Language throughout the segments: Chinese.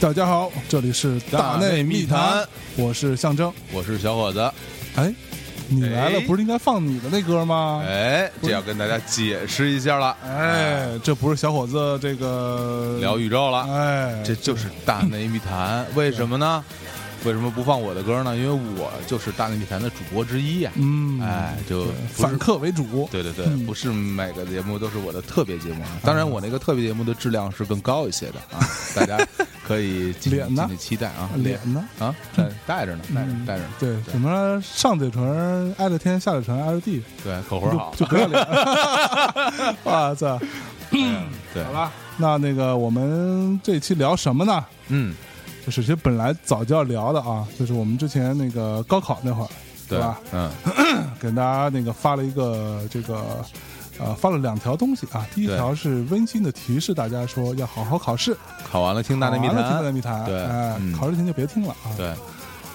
大家好，这里是大内密谈，我是象征。我是小伙子。哎，你来了哎，不是应该放你的那歌吗？哎，这要跟大家解释一下了，哎，这不是小伙子这个聊宇宙了，哎，这就是大内 密谈。为什么呢？为什么不放我的歌呢？因为我就是大内密谈的主播之一呀、嗯，哎，就对不反是。客为主，对对对，嗯不是每个节目都是我的特别节目，当然我那个特别节目的质量是更高一些的 啊，大家可以敬脸呢敬请期待啊，脸呢？啊，带带着呢，带着嗯带着呢，对，什么上嘴唇挨着天，下嘴唇挨着地，对，口活好就，就不要脸。 哇塞，嗯对好，了，那那个我们这期聊什么呢？嗯，就是其实本来早就要聊的啊，就是我们之前那个高考那会儿，对吧？，嗯，给大家那个发了一个这个。呃，发了两条东西啊，第一对条是温馨的提示大家说要好好考试，考完了听大内密好好听大内谈，密谈，对哎嗯考试前就别听了啊。对，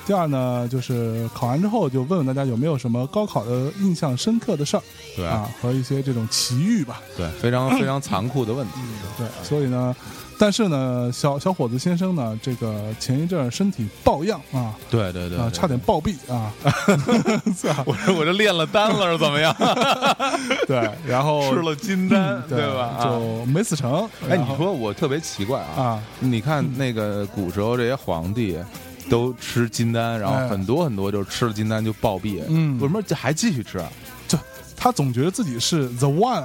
第二呢，就是考完之后就问问大家有没有什么高考的印象深刻的事儿对啊，和一些这种奇遇吧。对，非常非常残酷的问题。对，所以呢，但是呢，小小伙子先生呢，这个前一阵儿身体抱恙啊对对对啊，差点。暴毙啊， 是吧 我这我这练了丹了是怎么样？ 对， 然后嗯吃了金丹，对吧？啊就没死成。哎，然你后说我特别奇怪啊！啊，你看那个古时候这些皇帝都吃金丹，然哎后很多很多就吃了金丹就暴毙，嗯为什么这还继续吃啊？这他总觉得自己是 the one，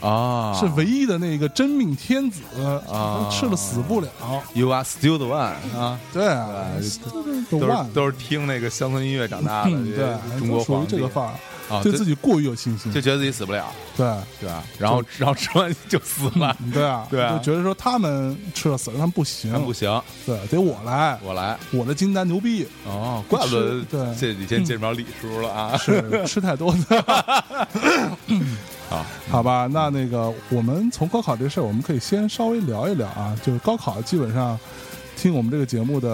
啊是唯一的那个真命天子啊吃了死不了。 You are still the one 啊！对啊对，the 都是 one，都是听那个乡村音乐长大的嗯这些对，中国都属皇于帝这个范儿，啊，对就自己过于有信心就。觉得自己死不了，对，对吧？然后然后吃完就死了，对啊，对啊就觉得说他们吃了死了，他们不行 那，不行，对，得我来，我来。我的金丹牛逼，哦，怪不得吃对这几天见不着李叔了啊！是吃太多的。 嗯好，好吧，那那个我们从高考这事儿，我们可以先稍微聊一聊啊。就是高考基本上，听我们这个节目的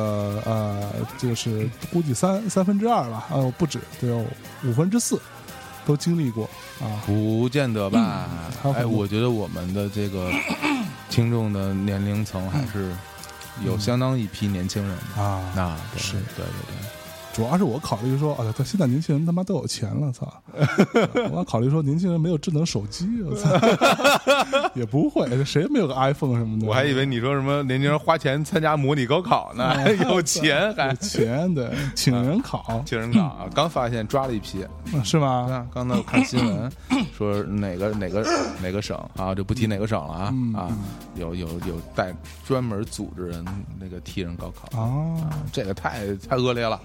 呃，就是估计三三分之二吧，呃，不止，得有五分之四都经历过啊。不见得吧？嗯哎，我觉得我们的这个听众的年龄层还是有相当一批年轻人的。啊，那对是对对主要是我考虑说，啊，他现在年轻人他妈都有钱了，操！ 我要考虑说，年轻人没有智能手机，我 操，也不会，谁没有个 iPhone 什么的？对，我还以为你说什么年轻人花钱参加模拟高考呢，哎 有钱还有钱的，请人考听人考，刚发现抓了一批。是吧？啊，刚才我看新 闻说哪个哪个哪个省啊，就不提哪个省了啊嗯啊，有有有带专门组织人那个替人高考啊，这个太太恶劣了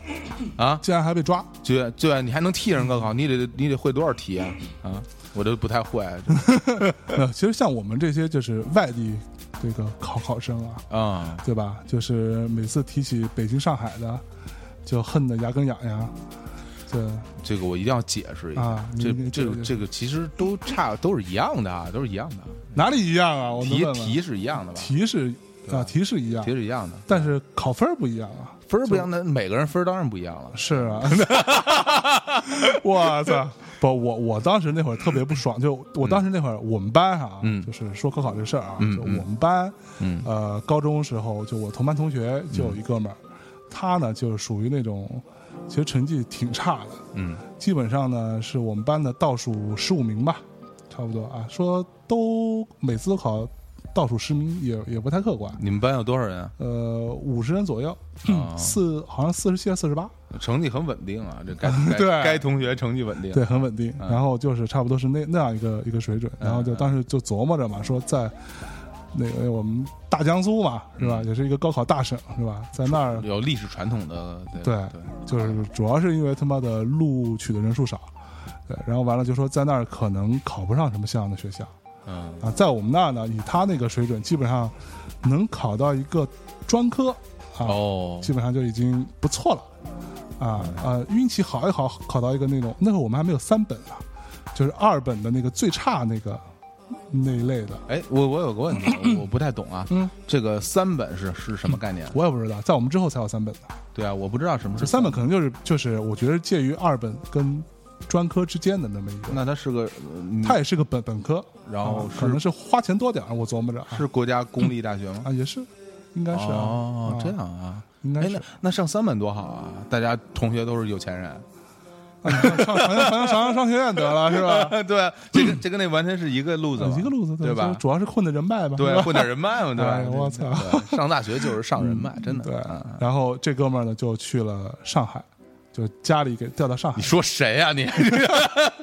啊！竟然还被抓，对对，你还能替人高考？你得你得会多少题啊？啊，我这不太会那呃其实像我们这些就是外地这个考考生啊，啊。对吧？就是每次提起北京、上海的，就恨得牙根痒痒。对，这个我一定要解释一下啊，这你这你这个其实都差都是一样的啊，都是一样的，哪里一样啊？我能题问问题是一样的吧？题是啊，题是一样题，是一样的，但是考分儿不一样啊。分儿不一样，那每个人分儿当然不一样了。是啊， 我操！不，我我当时那会儿特别不爽，就我当时那会儿，我们班哈、嗯就是说高考这事儿啊，嗯就我嗯们班，嗯呃，高中时候就我同班同学就有一哥们儿，他呢就是属于那种，其实成绩挺差的，嗯基本上呢是我们班的倒数十五名吧，差不多啊，说都每次都考倒数十名也也不太客观，你们班有多少人啊？呃，五十人左右，啊四好像四十七还是四十八，成绩很稳定啊，这该 该对该同学成绩稳定。对，很稳定。嗯然后就是差不多是那那样一个一个水准，然后就当时就琢磨着嘛，说在那个我们大江苏嘛，嗯是吧？也是一个高考大省，是吧？在那儿有历史传统的对对就是主要是因为他妈的录取的人数少，对，然后完了就说在那儿可能考不上什么像样的学校嗯啊，在我们那儿呢，以他那个水准，基本上能考到一个专科啊，哦基本上就已经不错了。啊啊，运气好一好，考到一个那种，那会儿我们还没有三本呢，就是二本的那个最差那个那一类的，哎，我我有个问题，我不太懂啊。嗯，这个三本是是什么概念？我也不知道，在我们之后才有三本的。对啊，我不知道什么这是三本。可能就是就是，我觉得介于二本跟专科之间的那么一个，那它是个，嗯它也是个本本科，然后啊可能是呃是花钱多点儿，我琢磨着啊是国家公立大学吗？啊，也是应该是啊哦啊，这样啊。应该是哎，那那上三本多好啊！大家同学都是有钱人， 啊你上上上上上商学院得了 是吧？吧？对，啊这跟这跟那完全是一个路子嘛，呃一个路子哦对就吧是？主要是混的人脉吧，是对，啊吧混点人脉嘛，对吧哎？我操嗯对！上大学就是上人脉，真的。对啊，然后这哥们儿呢就去了上海，就家里给调到上海你，说谁呀你？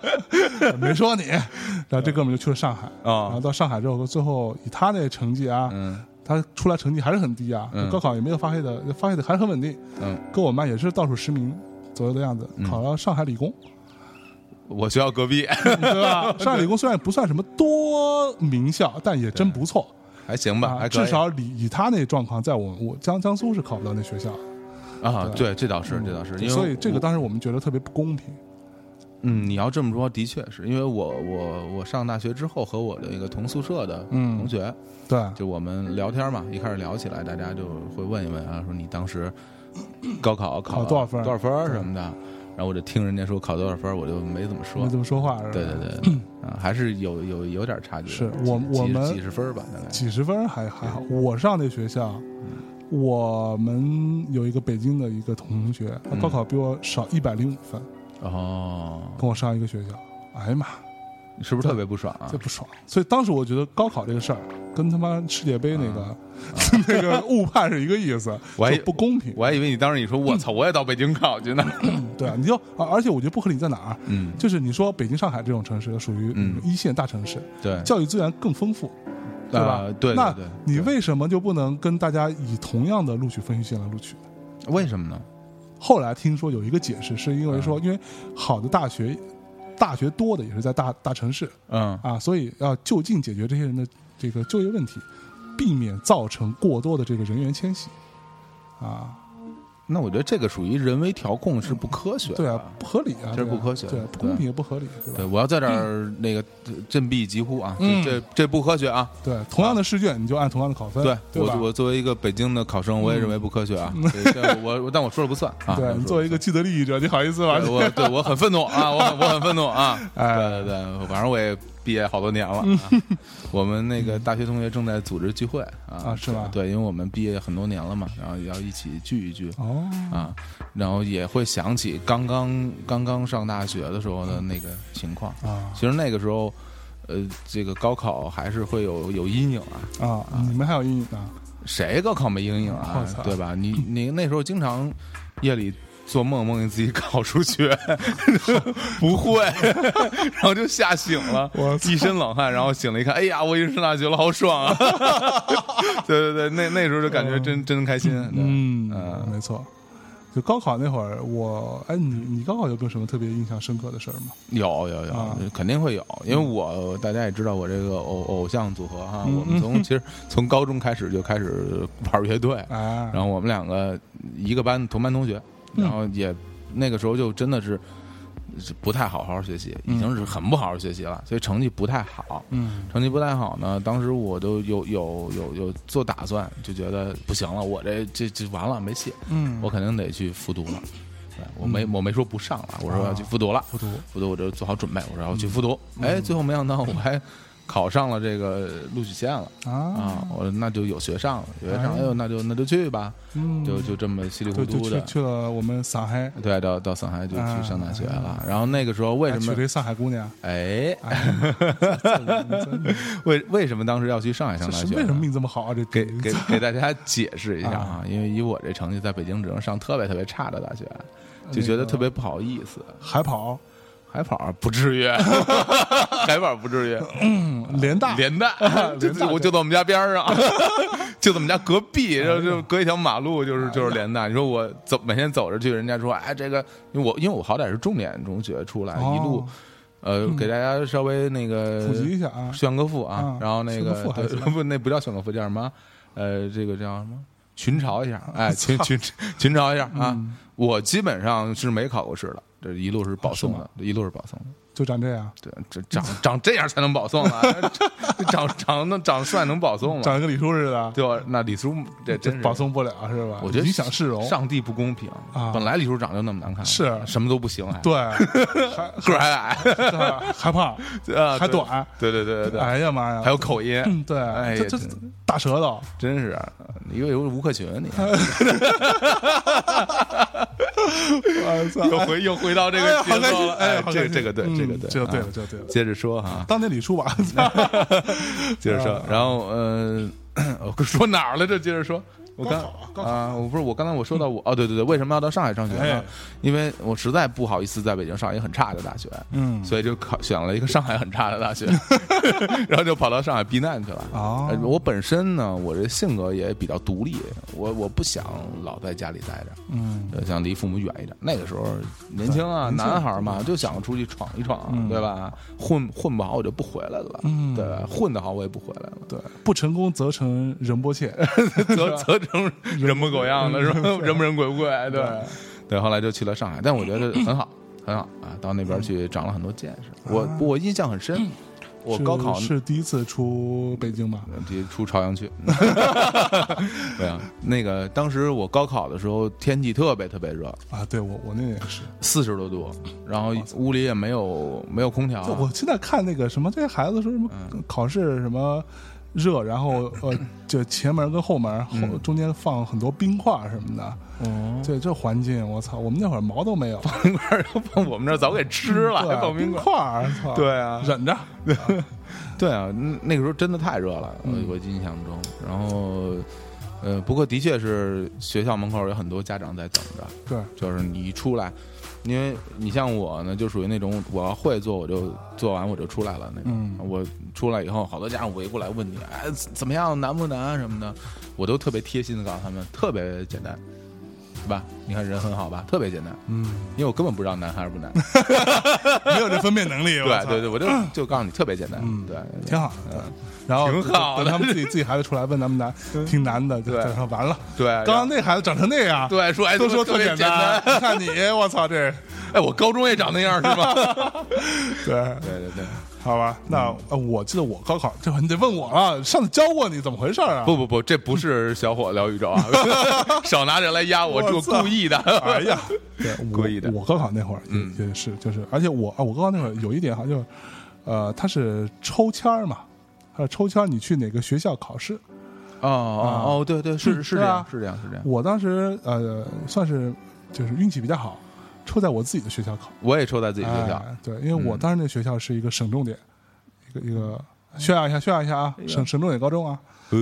没说你。然后这哥们儿就去了上海，啊然后到上海之后，最后以他那成绩啊，嗯他出来成绩还是很低啊，嗯高考也没有发挥的，发挥的还是很稳定，嗯，跟我们班也是倒数十名左右的样子，考到上海理工，我学校隔壁 对吧？上海理工虽然不算什么多名校，但也真不 错。还行吧，啊，还可以至少以以他那状况，在我我江江苏是考不到那学校的，啊，对，这倒是，这倒是，因为嗯所以这个我当时我们觉得特别不公平。嗯，你要这么说，的确是因为我我我上大学之后和我的一个同宿舍的嗯同学，对，就我们聊天嘛，一开始聊起来，大家就会问一问啊，说你当时高考考考多少分儿多少分儿什么的，然后我就听人家说考多少分儿，我就没怎么说没。怎么说话是吧？对对，对对，啊，还是有有有点差距的，是几我几我们几十分儿吧，大概几十分儿还还好。我上那学校，嗯我们有一个北京的一个同学，他高嗯考比我少一百零五分，哦，跟我上一个学校。哎呀妈，你是不是特别不爽啊这？不爽！所以当时我觉得高考这个事儿跟他妈世界杯那个、 那个误判是一个意思，啊我还就不公平。我还以为你当时你说我操，我也到北京考去呢。对啊，你就啊而且我觉得不合理在哪儿？嗯，就是你说北京、上海这种城市属于嗯一线大城市，对，教育资源更丰富，对吧？呃对对那对你为什么就不能跟大家以同样的录取分数线来录取？为什么呢？后来听说有一个解释，是因为说，嗯因为好的大学，大学多的也是在大大城市嗯啊，所以要就近解决这些人的这个就业问题，避免造成过多的这个人员迁徙啊，那我觉得这个属于人为调控是不科学的。对啊，不合理啊，这对是啊不科学的对啊，不公平也不合理，对对，吧？我要在这儿那个呃振臂疾呼啊！嗯这这这不科学啊！对，同样的试卷你就按同样的考分，对对吧嗯我，？我作为一个北京的考生，我也认为不科学啊！对这我我但我说了不算 啊！对你作为一个既得利益者，你好意思吗对？我 对我很愤怒啊！我很我很愤怒啊！哎嗯对对对，反正我也毕业好多年了啊。 我们那个大学同学正在组织聚会啊啊是吧对，因为我们毕业很多年了嘛，然后也要一起聚一聚哦，啊，然后也会想起刚刚刚刚上大学的时候的那个情况。啊其实那个时候，呃，这个高考还是会有有阴影啊。啊，你们还有阴影啊？谁高考没阴影啊我操？对吧？你你那时候经常夜里做梦，梦见自己考数学 不会，然后就吓醒了我，一身冷汗，然后醒了一看，哎呀，我已经上大学了，好爽啊！ 对对对，那那时候就感觉真真开心。对哦嗯嗯，没错。就高考那会儿，我哎，你你高考有没有什么特别印象深刻的事儿吗？有有有，啊肯定会有，因为我大家也知道我这个偶偶像组合哈，嗯我们从其实从高中开始就开始玩乐队，哎，然后我们两个一个班同班同学，嗯然后也那个时候就真的是是不太好好学习，已经是很不好好学习了，所以成绩不太好。嗯成绩不太好呢，当时我都有有有有做打算，就觉得不行了，我这这这完了没戏，嗯，我肯定得去复读了。对我没我没说不上了，我说我要去复读了，复读嗯复读我就做好准备，我说要去复读。哎，最后没想到我还考上了这个录取线了啊，啊！我那就有学上了，有学上，哎哎呦，那就那就去吧，嗯，就就这么稀里糊就就涂去的，去了我们上海，对，到到上海就去上大学了啊。哎然后那个时候为还什娶么了？一上海姑娘。哎，哎， 真的为为什么当时要去上海上这大是学呢？为什么命这么好啊？这给给给大家解释一下 啊，因为以我这成绩，在北京只能上特别特别差的大学，哎就觉得特别不好意思。海跑，海跑不 至于， 海跑不至于，嗯联大，连带 就 连带我就在我们家边 儿上，就在我们家隔壁，然后哎就隔一条马路，就是就是连带。你说我走每天走着去，人家说哎这个，因为我因为我好歹是重点中学出来，哦嗯一路呃给大家稍微那个普及一下啊炫个富啊啊，然后那炫个个富还对行 不那不叫炫个富，叫什么？呃，这个叫什么？群嘲一下，哎，群群群嘲一下啊！嗯我基本上是没考过试的，这一路是保送啊的，一路是保送的。就长这样，对，这长长这样才能保送啊！这长长能长帅能保送吗？长得跟李叔似的，对吧？那李叔这真是保，送不了是吧？我觉得影响市容，上帝不公平啊本来李叔长就那么难看，是啊什么都不行，还对，个儿还矮， 还 还胖，啊还短，对对对对对，哎呀妈呀，还有口音，嗯，对，哎呀这这真大舌头，真是啊你以为吴克群 你？哎我操！又回又回到这哎个呀好节开奏心了，哎呀哎，好这开个心这个对，这个嗯对，这个对啊了这个对了接着说哈，当年李叔吧，接着啊说，然后呃， 我说哪儿了？这接着说， 我刚高考啊高考啊，我不是我刚才我说到我哦，对对对，为什么要到上海上学呢哎？因为我实在不好意思在北京上一个很差的大学，嗯所以就考选了一个上海很差的 大学，然后就跑到上海避难去了。哦呃我本身呢，我这性格也比较独立，我我不想老在家里待着，嗯，呃想离父母远一点。那个时候年轻啊，年轻男孩儿嘛，就想出去闯一闯，对吧？混混不好我就不回来了，嗯对吧，混得好我也不回来了。对，不成功则成仁波切， 责责成人模狗样的是吧？人不人鬼不鬼，对对。后来就去了上海，但我觉得很好，很好啊，到那边去长了很多见识。我我印象很深，我是高考嗯 是第一次出北京吧？提出朝阳区， 对啊，那个当时我高考的时候天气特别特别热，啊，对我我那年也是，四十多度，然后屋里也没有没有空调就，我现在看那个什么，这些孩子说什么嗯考试什么热，然后呃，就前门跟后门后中间放很多冰块什么的，嗯哦，对这环境，我操，我们那会儿毛都没 有，冰棍儿放我们这儿早给吃了，还嗯对啊放冰冰棍儿。块儿，操，对啊忍着， 对啊，那那个时候真的太热了，我嗯我印象中。然后，呃，不过的确是学校门口有很多家长在等着，对，就是你一出来，因为你像我呢，就属于那种我要会做我就做完我就出来了那种。嗯我出来以后，好多家长围过来问你，哎，怎么样，难不难什么的，我都特别贴心的告诉他们，特别简单，对吧？你看人很好吧，特别简单，嗯，因为我根本不知道难还是不难。没有这分辨能力，我 对操对对，我 就就告诉你特别简单，嗯对。挺好的。然后挺好的等他们自己自己孩子出来问咱们难，挺难的。就对就说完了，对，然后刚刚那孩子长成那样，对，说哎，都说特别简单。你 看你，我操，这 哎，我高中也长那样是 吧？对，对对对，好吧。嗯那呃我记得我高考，这你得问我了。上次教过你怎么回事儿啊？不不不，这不是小伙聊宇宙啊， 少拿这来压我，这我我操故意 的。 哎呀，对，我故意的嗯我高考那会儿也也是，就是，而且我啊，我高考那会儿有一点好像就是，呃，他是抽签儿嘛，他是抽签儿，你去哪个学校考试？哦哦哦，对对，是是对这样啊，是这样，是这样。我当时呃，算是就是运气比较好，抽在我自己的学校考。我也抽在自己学校，哎对，因为嗯我当时那学校是一个省重点，一个一个炫耀一下，炫耀一下啊，省省重点高中啊。呃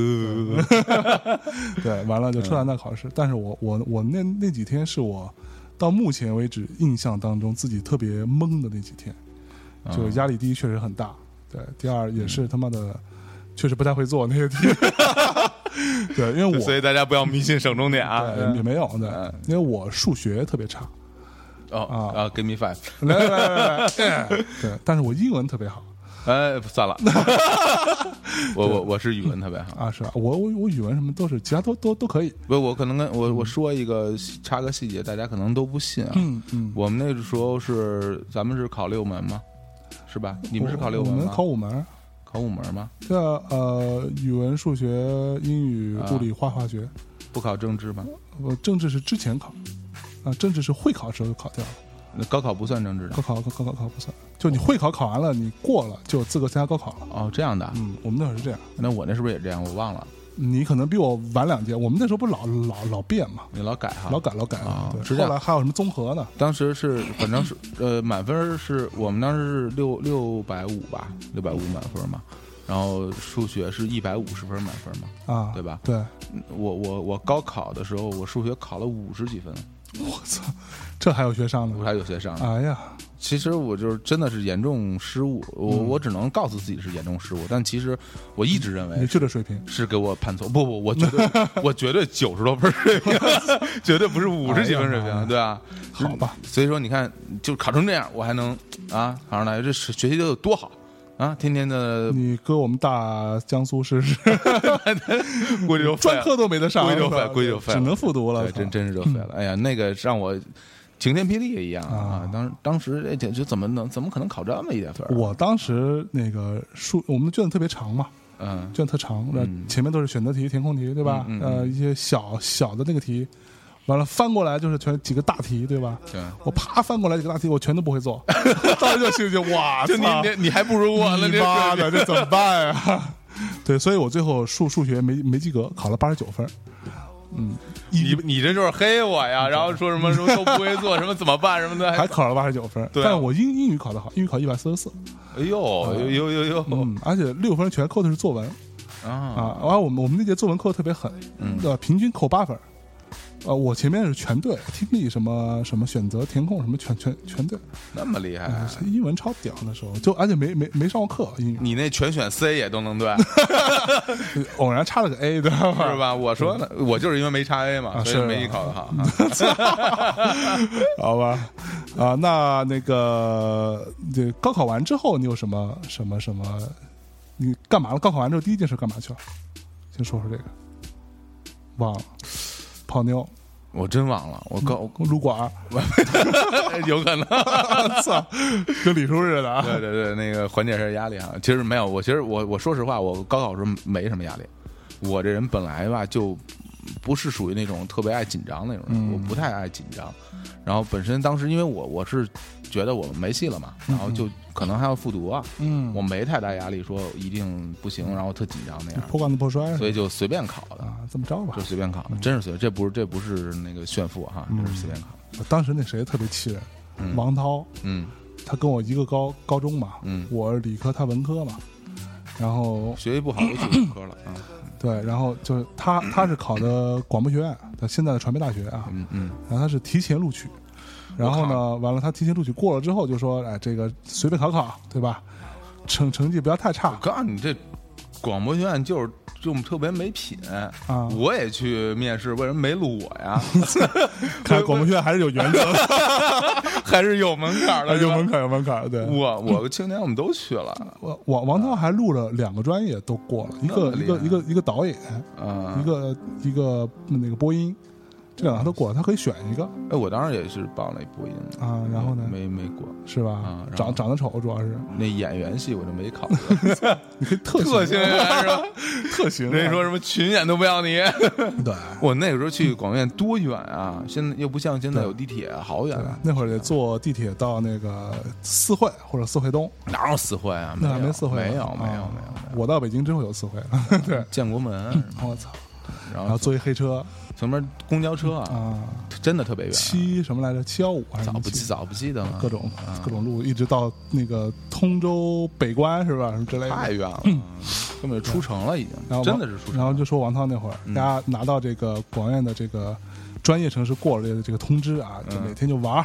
对，完了就抽到那考试，嗯但是我我我那那几天是我到目前为止印象当中自己特别懵的那几天，就啊压力第一确实很大，对，第二也嗯是他妈的确实不太会做那些题， 对，因为我嗯所以大家不要迷信省重点啊。对也没有对嗯，因为我数学特别差，哦啊，Give me five，来来来来来，对，但是我英文特别好哎，算 了，我我我是语文特别好。啊，是吧？我我我语文什么都是，其他都都都可以，不，我可能跟我我说一个插个细节，大家可能都不信啊。嗯嗯，我们那个时候是咱们是考六门吗？是吧？你们是考六我门吗？们考五门。考五门吗？这呃，语文、数学、英语、啊物理、化化学，不考政治吗？我政治是之前考，啊，政治是会考时候就考掉了，那高考不算政治的高考高高考考不算，就你会考考完了，你过了就有资格参加高考了。哦，这样的啊。嗯，我们那会儿是这样，那我那是不是也这样？我忘了，你可能比我晚两届，我们那时候不老老老变嘛，你老改哈。老。改老改，啊对是这后样来还有什么综合呢？当时是，反正是，呃，满分是我们当时是六六百五吧，六百五满分嘛。然后数学是一百五十分满分嘛。啊，对吧对，嗯我我我高考的时候，我数学考了五十几分，我操，这还有学上我的，还有些上的。哎呀，其实我就是真的是严重失误，我我只能告诉自己是严重失误，但其实我一直认为你就这水平，是给我判错，不不，我绝对我绝对九十多分水平， 绝对不是五十几分水哎呀平，对吧？好吧，所以说你看，就考成这样，我还能啊考上大学，这是学习得有多好啊！天天的你搁我们大江苏试 试，估计就废专了科都没得上，估计啊就废我操估计就废了只能复读了，对，真真是热废了。哎呀，那个让我晴天霹雳也一样啊！当当时哎这这怎么能怎么可能考这么一点分儿？我当时那个数，我们的卷子特别长嘛，嗯卷子特长，那前面都是选择题、填空题，对吧？嗯嗯呃，一些小小的那个题，完了翻过来就是全几个大题，对吧？对。我啪翻过来几个大题，我全都不会 做，当时就心里就哇，就你操你你还不如我了，你这妈的，这怎么办呀？ 对，所以我最后数数学没没及格，考了八十九分。嗯，你你这就是黑 我呀！然后说什么什么都不会做，什么怎么办什么的，还考了八十九分。哎对啊但我英英语考得好，英语考一百四十四。哎呦哦呦呦呦呦嗯，而且六分全扣的是作文哦啊！啊。完、后我们我们那节作文扣的特别狠，嗯呃，平均扣八分。呃，我前面是全对，听力什么什么选择填空什么全全全对，哎那么厉害，啊英文超屌那时候，就而且没没没上过课，英 语你那全选 C 也都能 对，就偶然差了个 A，知道吧？是吧？我说呢，我就是因为没插 A 嘛，啊所是以啊没你考得好。好吧， 啊，那那个这高考完之后，你有什么什么什么？你干嘛了？高考完之后第一件事干嘛去了？先说说这个，忘了，泡妞、我真忘了，我高撸管儿，有可能， 操，跟李叔似的啊！ 对对对，那个缓解一下压力啊。其实没有，我其实我我说实话，我高考时候没什么压力。我这人本来吧就不是属于那种特别爱紧张那种人，嗯我不太爱紧张。然后本身当时因为我我是觉得我没戏了嘛，然后就可能还要复读啊，嗯我没太大压力，说一定不行，然后特紧张那样，破罐子破摔所以就随便考的，啊，这么着吧就。随便考的，嗯真是随，这不是这不是那个炫富哈，这是随便考的。我当时那谁特别气人，嗯王涛，嗯他跟我一个高高中嘛，嗯，我是理科，他文科嘛。然后学习不好就去理科了啊，对，然后就是他，他是考的广播学院，他现在的传媒大学啊，嗯嗯，然后他是提前录取，然后呢，完了他提前录取过了之后就说，哎，这个随便考考，对吧？成成绩不要太 我差告诉你，这广播学院就是就特别没品。啊！我也去面试，为什么没录我呀？ 看来广播学院还是有原 则的，还是有门槛的，有是吧门槛，有门槛。对，我我青年我们都去了，我王王涛还录了两个专业都过了，一那个么一厉害个一个一个导演，嗯一，个一个那个播音，这两个都过了，他可以选一个哎，我当时也是报那播音，啊。然后呢，没没过，是吧啊？然长后长得丑主要是，那演员系我就没考，你可以 特特型新员 是吧？特型。人家说什么群演都不要你。 对。我那个时候去广院多远啊？现在又不像现在有地铁，好远对啊！，那会儿得坐地铁到那个四惠或者四惠东，哪有四惠啊？那还没有四惠呢，没有，没有，啊没有。我到北京之后有四惠了，对，建国门， 我操，然然后后坐一黑车前面公交车啊，啊，真的特别远。七什么来着？七幺五还是啊早什么不记七？早不记得了，各种啊各种路，一直到那个通州北关是吧？什么之类的，太远了，根本就出城了，已嗯然经后真的是出城了。然后就说王涛那会儿，嗯大家拿到这个广院的这个专业城市过来的这个通知啊，就嗯每天就玩儿，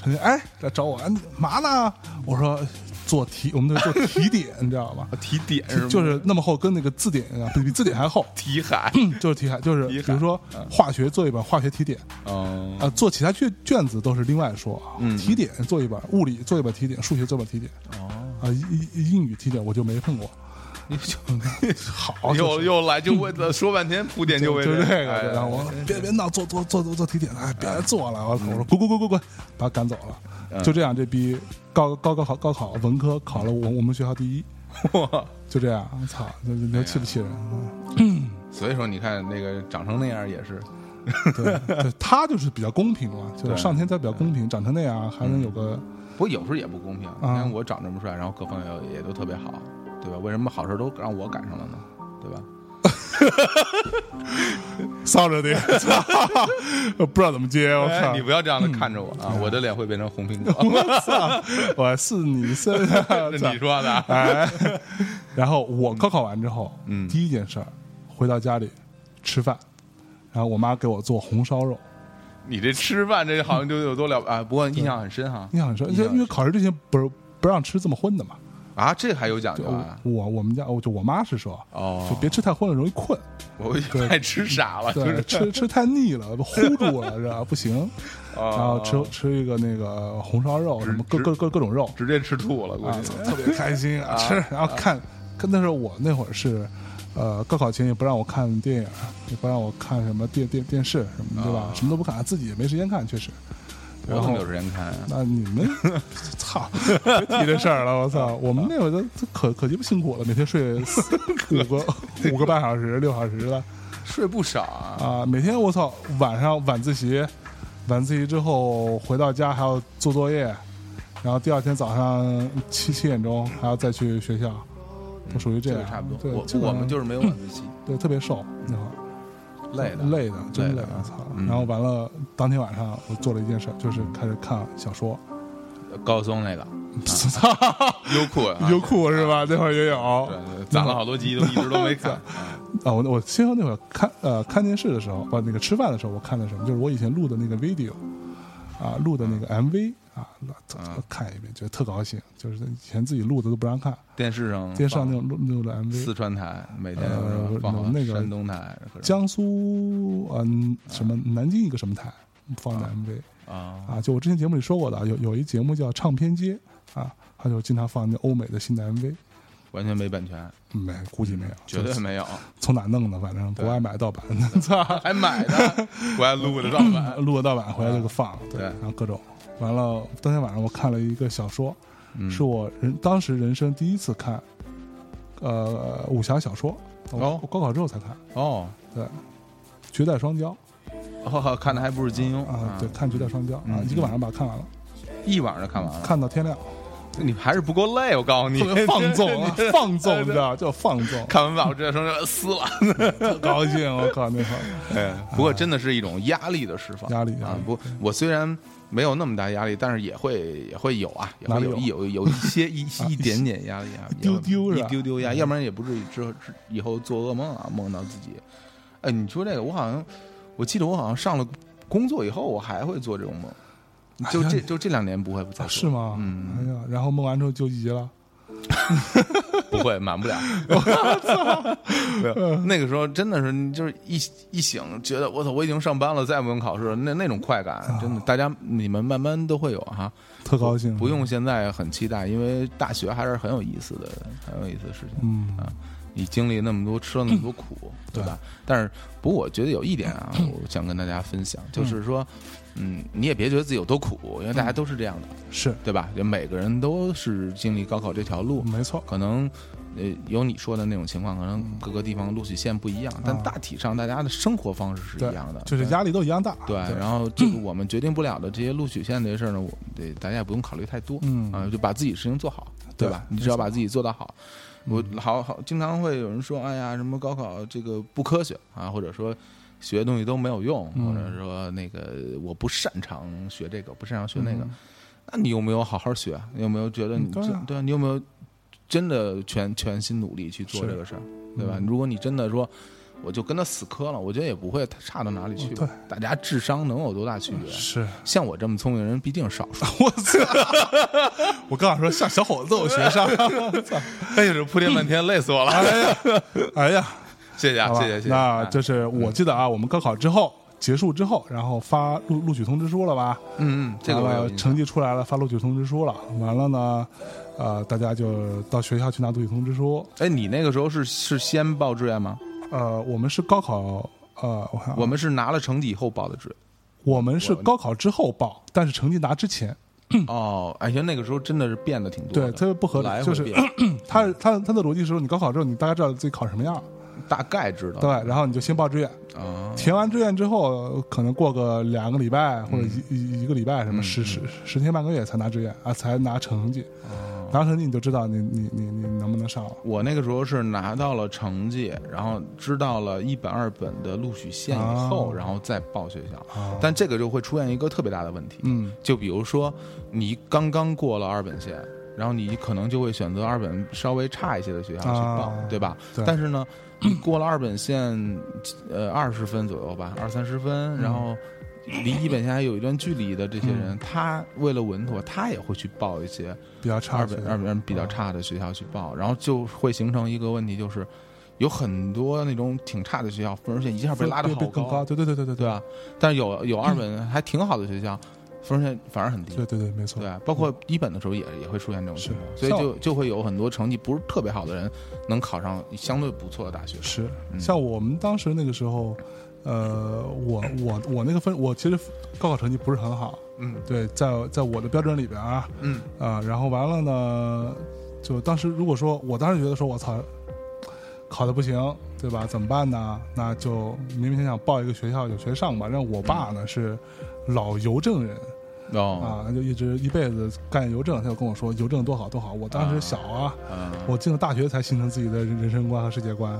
成天哎来找我，哎你嘛呢？我说做题，我们就做题点， 你知道吗？提点啊是吗？就是嗯那么厚，跟那个字典一样，比比字典还厚。提海，就是题海，就是题海比如说化学做一本化学题典嗯啊、做其他卷卷子都是另外说啊。嗯题典做一本，物理做一本题典，数学做一本题典哦，啊、英英英语题典我就没碰过。 你就好，就是哦嗯又又来，就为了说半天铺垫，就为就这个，哎对然后我说别别闹，做做做做做体检了，哎别做了，我我说滚滚滚滚滚，把他赶走了，嗯就这样，这逼高高高考高考文科考了我我们学校第一，哇就这样，操，你你说气不气人？哎嗯 所以说你看那个长成那样也是，对，对他就是比较公平嘛，就是对嗯上天才比较公平，长成那样还能有个不过有时候也不公啊平。你看我长这么帅，然后各方面也都特别好，对吧？为什么好事都让我赶上了呢？对吧？扫帚的， 操，不知道怎么接，我哎靠你，不要这样的看着我啊！我的脸会变成红苹果，嗯 我操，我是你是， 这是你说的啊。哎，然后我高考完之后，嗯第一件事儿回到家里吃饭，然后我妈给我做红烧肉，你这吃饭这好像就有多了啊，不过印象很深哈印象很深，印就象因为考试之前不是不让吃这么荤的嘛，啊，这还有讲究就啊！我我们家我就我妈是说，哦，就别吃太荤了，容易 困，我以对为爱吃傻了，就对，是吃吃太腻了，糊住了，这不行，然然后吃吃一个那个红烧肉，什么各哦直各各各种肉，直接吃吐了，估啊，计特别开心 啊，吃，然后看，看那时候我那会儿是，呃，高考前也不让我看电影，也不让我看什么电电电视什么，对吧？什么都不看，自己也没时间看，确实。我然怎后么有时间看啊？那你 们，操，别提这事儿了，我操！我们那会儿都都可可鸡巴辛苦了，每天 睡四五个五个半小时、六小时的睡不少啊，啊，每天我操，晚上晚自习，晚自习之后回到家还要做作业，然后第二天早上七七点钟还要再去学校，都属于嗯这样，个差不对多。，基我本我上们就是没有晚自习，对特别瘦，那会儿累的累的，真累累的我操！嗯然后完了，当天晚上我做了一件事，就是开始看小说，高松那个 操、优酷啊啊，优酷是吧？那会儿也有对对攒了好多集，都一直都 没看。啊，我我先说那会儿看呃看电视的时候，不、那个吃饭的时候，我看的什么？就是我以前录的那个 video，啊，录的那个 MV 啊，那这这看一遍，觉得特高兴。就是以前自己录的都不让看，电视上电视上那放种录录的 MV，四川台每天呃有时候放那个山东台各种江苏嗯、什么南京一个什么台放的 MV 啊啊，就我之前节目里说过的啊，有有一节目叫唱片街啊，他就经常放那欧美的新的 MV，完全没版权，没估计没有，绝对就是 没有，从哪弄的，反正国外买盗 版的。还买的， 我还录的盗版。哎录个盗版回来就给放了，对，啊对然后各种，完了当天晚上我看了一个小说，嗯是我人当时人生第一次看，呃，武侠小说，我、哦我高考之后才看，哦，对，《绝代双骄》哦看的还不是金庸啊，对，看《绝代双骄》啊，嗯一个晚上把它看完了，一晚上看完了，看到天亮，你还是不够累，我告诉你，，特别放 纵啊你放纵，对你知道，就放纵 ，看完把我这代双骄撕了。特高兴，我靠，那会儿哎， 不过真的是一种压力的释放，压力压啊力！不，我虽然没有那么大压力，但是也会也会有啊，也哪会里有有有有一 些一一点点压力啊，一丢丢是一吧嗯丢丢压，要不然也不至于之后之以后做噩梦啊，梦到自己。哎，你说这个，我好像我记得我好像上了工作以后，我还会做这种梦，就哎呀这就这两年不会不再 啊做是吗？嗯，哎呀，然后梦完之后就急了，不会满不了。 没有，那个时候真的是就是一一醒，觉得我操，我已经上班了，再也不用考试了，那那种快感，真的，大家你们慢慢都会有啊哈、特高兴，不，用现在很期待，因为大学还是很有意思的，很有意思的事情。嗯啊你经历那么多，吃了那么多苦，对吧？但是，不过我觉得有一点啊，我想跟大家分享，就是说，嗯，你也别觉得自己有多苦，因为大家都是这样的，是，对吧？就每个人都是经历高考这条路，没错，可能呃有你说的那种情况，可能各个地方录取线不一样，但大体上大家的生活方式是啊对一样的，，就是对压力都一样大，对，然后 这个我们决定不了的这些录取线这些事儿呢，我得大家也不用考虑太多，嗯啊，就把自己事情做好，对吧？没你只要把自己做到好。我好好经常会有人说，哎呀，什么高考这个不科学啊，或者说学的东西都没有用，嗯或者说那个我不擅长学这个，不擅长学那个嗯。那你有没有好好学？啊你有没有觉得你嗯当真然对啊？你有没有真的全全心努力去做是这个事儿，对吧？嗯如果你真的说，我就跟他死磕了，我觉得也不会差到哪里嗯去对。大家智商能有多大区别？是。像我这么聪明的人毕竟少数。我操！我刚想说像小伙子都有学 上， 哎呦，这铺垫半天，累死我 了！哎呀，谢谢啊，好吧谢谢，谢谢。那哎就是我记得啊，我们高考之后结束之后，然后发录录取通知书了吧？嗯嗯，这个我完有了印象成绩出来了，发录取通知书了。完了呢，呃，大家就到学校去拿录取通知书。哎，你那个时候是是先报志愿吗？呃，我们是高考，呃，我看啊我们是拿了成绩以后报的志 我们是高考之后报，但是成绩拿之前，愿。哦，哎呀，那个时候真的是变得挺多的，对特别不合理来回就是 变他他他的逻辑是说，你高考之后，你大概知道自己考什么样，大概知道对，然后你就先报志愿。啊，填完志愿之后，可能过个两个礼拜或者嗯一、一一个礼拜，什么十、十十天半个月才拿志愿啊，才拿成绩。哦拿成绩你就知道你你你你能不能上了。我那个时候是拿到了成绩，然后知道了一本二本的录取线以后，哦然后再报学校。啊但这个就会出现一个特别大的问题，嗯，就比如说你刚刚过了二本线，然后你可能就会选择二本稍微差一些的学校去报，啊对吧？对但是呢，你过了二本线，呃，二十分左右吧，二三十分，然后。嗯离一本线还有一段距离的这些人，他为了稳妥，他也会去报一些比较差啊二学本校二本比较差的学校去报，然后就会形成一个问题，就是有很多那种挺差的学校分数线一下被拉得被好啊更高，对对对对对对吧？但是有有二本还挺好的学校，分数线反而很低对，对对，没错。对，啊包括一本的时候也也会出现这种情况，是所以像就就会有很多成绩不是特别好的人能考上相对不错的大学，是嗯像我们当时那个时候，呃，我我我那个分，我其实高考成绩不是很好，嗯对，在在我的标准里边啊，嗯啊，然后完了呢，就当时如果说我当时觉得说我操，考的不行，对吧？怎么办呢？那就明明想想报一个学校有学上吧。让我爸呢是老邮政人，嗯哦，啊，就一直一辈子干邮政，他就跟我说邮政多好多好。我当时小啊，嗯，我进了大学才形成自己的人人生观和世界观，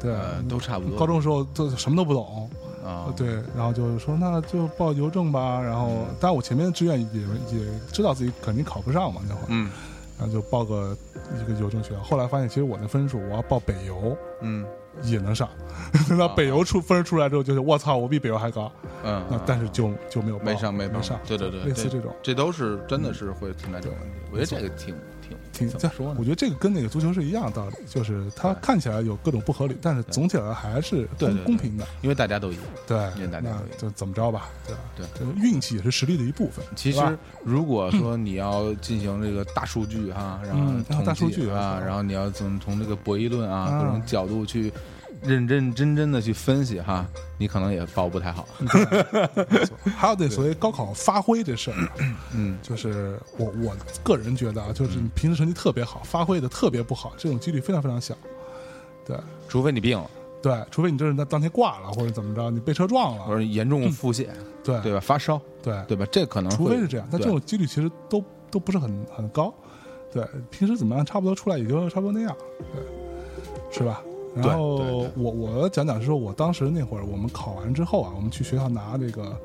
对，呃都差不多。高中时候都什么都不懂，啊，对，然后就说那就报邮政吧，然后嗯但我前面的志愿也也知道自己肯定考不上嘛，那会儿，嗯然后就报个一个邮政学校。后来发现其实我的分数我要报北邮 嗯也能上， 啊那北邮出分数出来之后就是我操，我比北邮还高，嗯，那但是就就没有报没上没报上，对对对，类似这种嗯这都是真的是会存在这种问题。我觉得这个挺挺挺怎么说呢我？觉得这个跟那个足球是一样的道理，就是它看起来有各种不合理，但是总体来还是公对对对公平的。因为大家都一样。对因为，大家那都一样就怎么着吧，对吧？对这个运气也是实力的一部 分。其对实吧，如果说你要进行这个大数据哈，然后嗯统计大数据啊，嗯然后你要从从这个博弈论啊啊各种角度去认认真真的去分析哈，你可能也报不太好。没错还有那所谓高考发挥这事儿啊，嗯，就是我我个人觉得啊，就是你平时成绩特别好，发挥的特别不好，这种几率非常非常小。对除非你病了，对，除非你就是那当天挂了或者怎么着，你被车撞或了，者严重腹泻，对对吧？发烧，对对吧？这可啊能会嗯除非是这样，但对这种几率其实都都不是很很高。对，平时怎么样，差不多出来也就差不多那样，对，是吧？然对后对对我我讲讲是说，我当时那会儿我们考完之后啊，我们去学校拿这个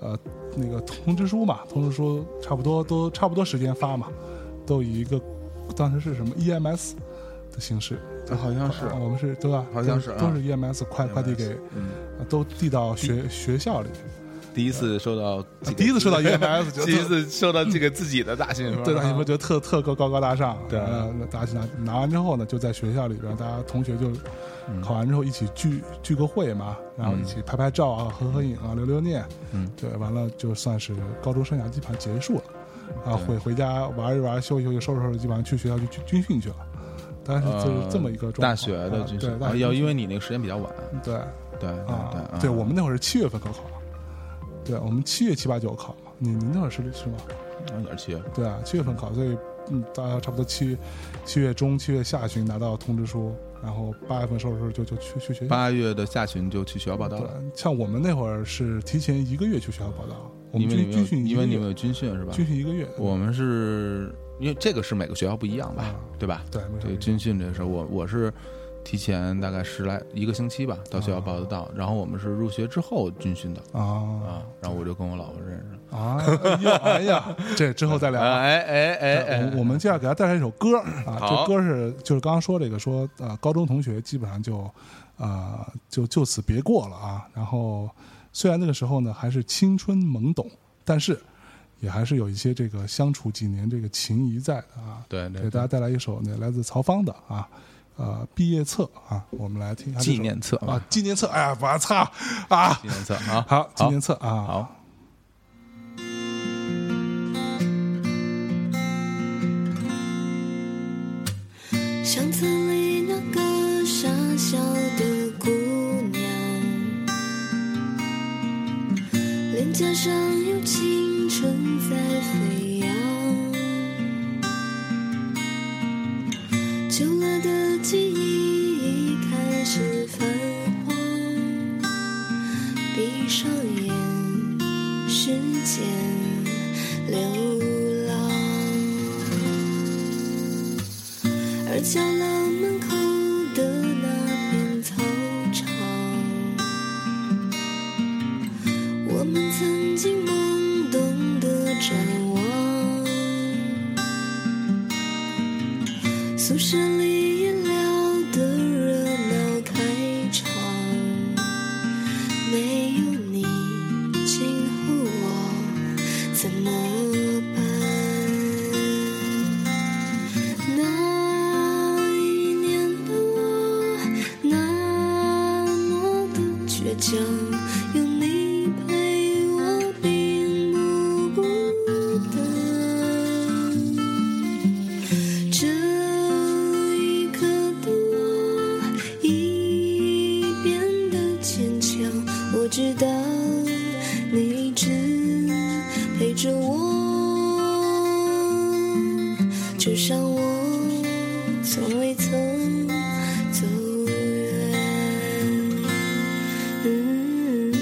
呃那个通知书嘛，通知书差不多都差不多时间发嘛，都以一个当时是什么 EMS 的形式，好像是啊我们是对吧？好像都是啊都是 EMS 快快递给嗯，啊都递到学学校里，第一次收到这个，啊第一次收到 EMS，觉得第一特次收到这个自己的大信封，对，大家会觉得特特高高高大上。对呃那大家去拿拿完之后呢，就在学校里边，大家同学就嗯考完之后一起聚聚个会嘛，然后一起拍拍照啊，合合影啊，留留念。嗯，对，完了就算是高中生涯基本上结束了，啊，回回家玩一玩，休息休息，收拾收拾，基本上去学校去军军训去了。但是就是这么一个状况。呃大学的啊军对，训，大啊学要因为为你那个时间比较晚，对对啊对，对嗯我们那会儿是七月份高考，对我们七月七八九考嘛，你您那会儿是是吗？嗯也是七月份，对啊，七月份考，所以嗯，大概差不多七七月中、七月下旬拿到通知书，然后八月份收拾收拾就就去去学校。八月的下旬就去学校报道对了。，像我们那会儿是提前一个月去学校报道，我们因为军你们有军训一因个为你月们，有军训是吧？军训一个月。我们是因为这个是每个学校不一样吧啊，对吧？对，没这个事。军训这事儿，我我是提前大概十来一个星期吧，到学校报的到，然后我们是入学之后军训的啊啊，然后我就跟我老婆认识了。啊！哎呀，哎 呀，这之后再聊啊。哎哎哎哎，我我们接下来给大家带来一首歌啊，好这歌是就是刚刚说这个说呃，高中同学基本上就呃就就此别过了啊。然后虽然那个时候呢还是青春懵懂，但是也还是有一些这个相处几年这个情谊在的啊。对对给大家带来一首呢来自曹芳的啊呃毕业册啊，我们来听一下这首纪念册啊，纪念册，哎呀，我操啊！纪念册啊，好，纪好念册啊，好，巷子里那个傻笑的姑娘，脸颊上有青春在飞扬，旧了的记忆已开始泛黄，闭上眼，时间流浪。而角落门口的那片操场，我们曾经懵懂的展望。宿舍里也聊得热闹开场，没有你，今后我怎么办？那一年的我，那么的倔强，有你陪我并不孤单。这一刻的我，已变得坚强，我知道你一直陪着我。就像我从未曾走远。嗯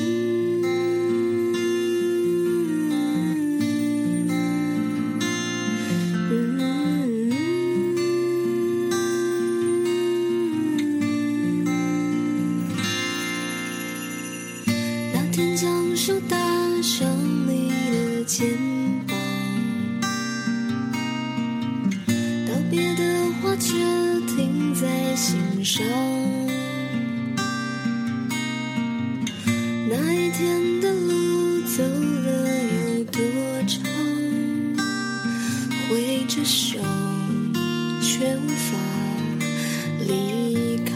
天将手搭上你的肩膀，道别的话却停在心上。那一天的路走了有多长？挥着手，却无法离开。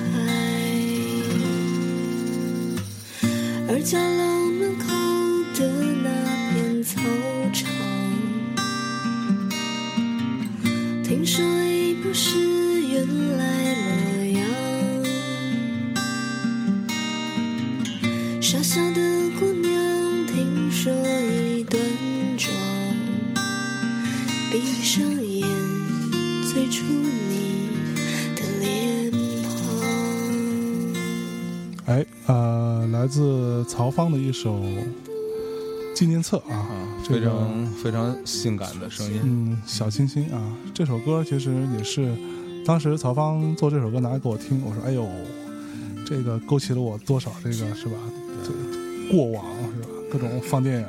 而家楼门口的那片操场，听说已不是原来模样。傻傻的姑娘，听说已端庄，闭上眼，最初你的脸庞。哎，呃，来自曹芳的一首纪念册啊，这非个常非常性感的声音，嗯，小清新啊，这首歌其实也是当时曹芳做这首歌拿给我听，我说哎呦，这个勾起了我多少这个是吧？这过往是吧？各种放电影，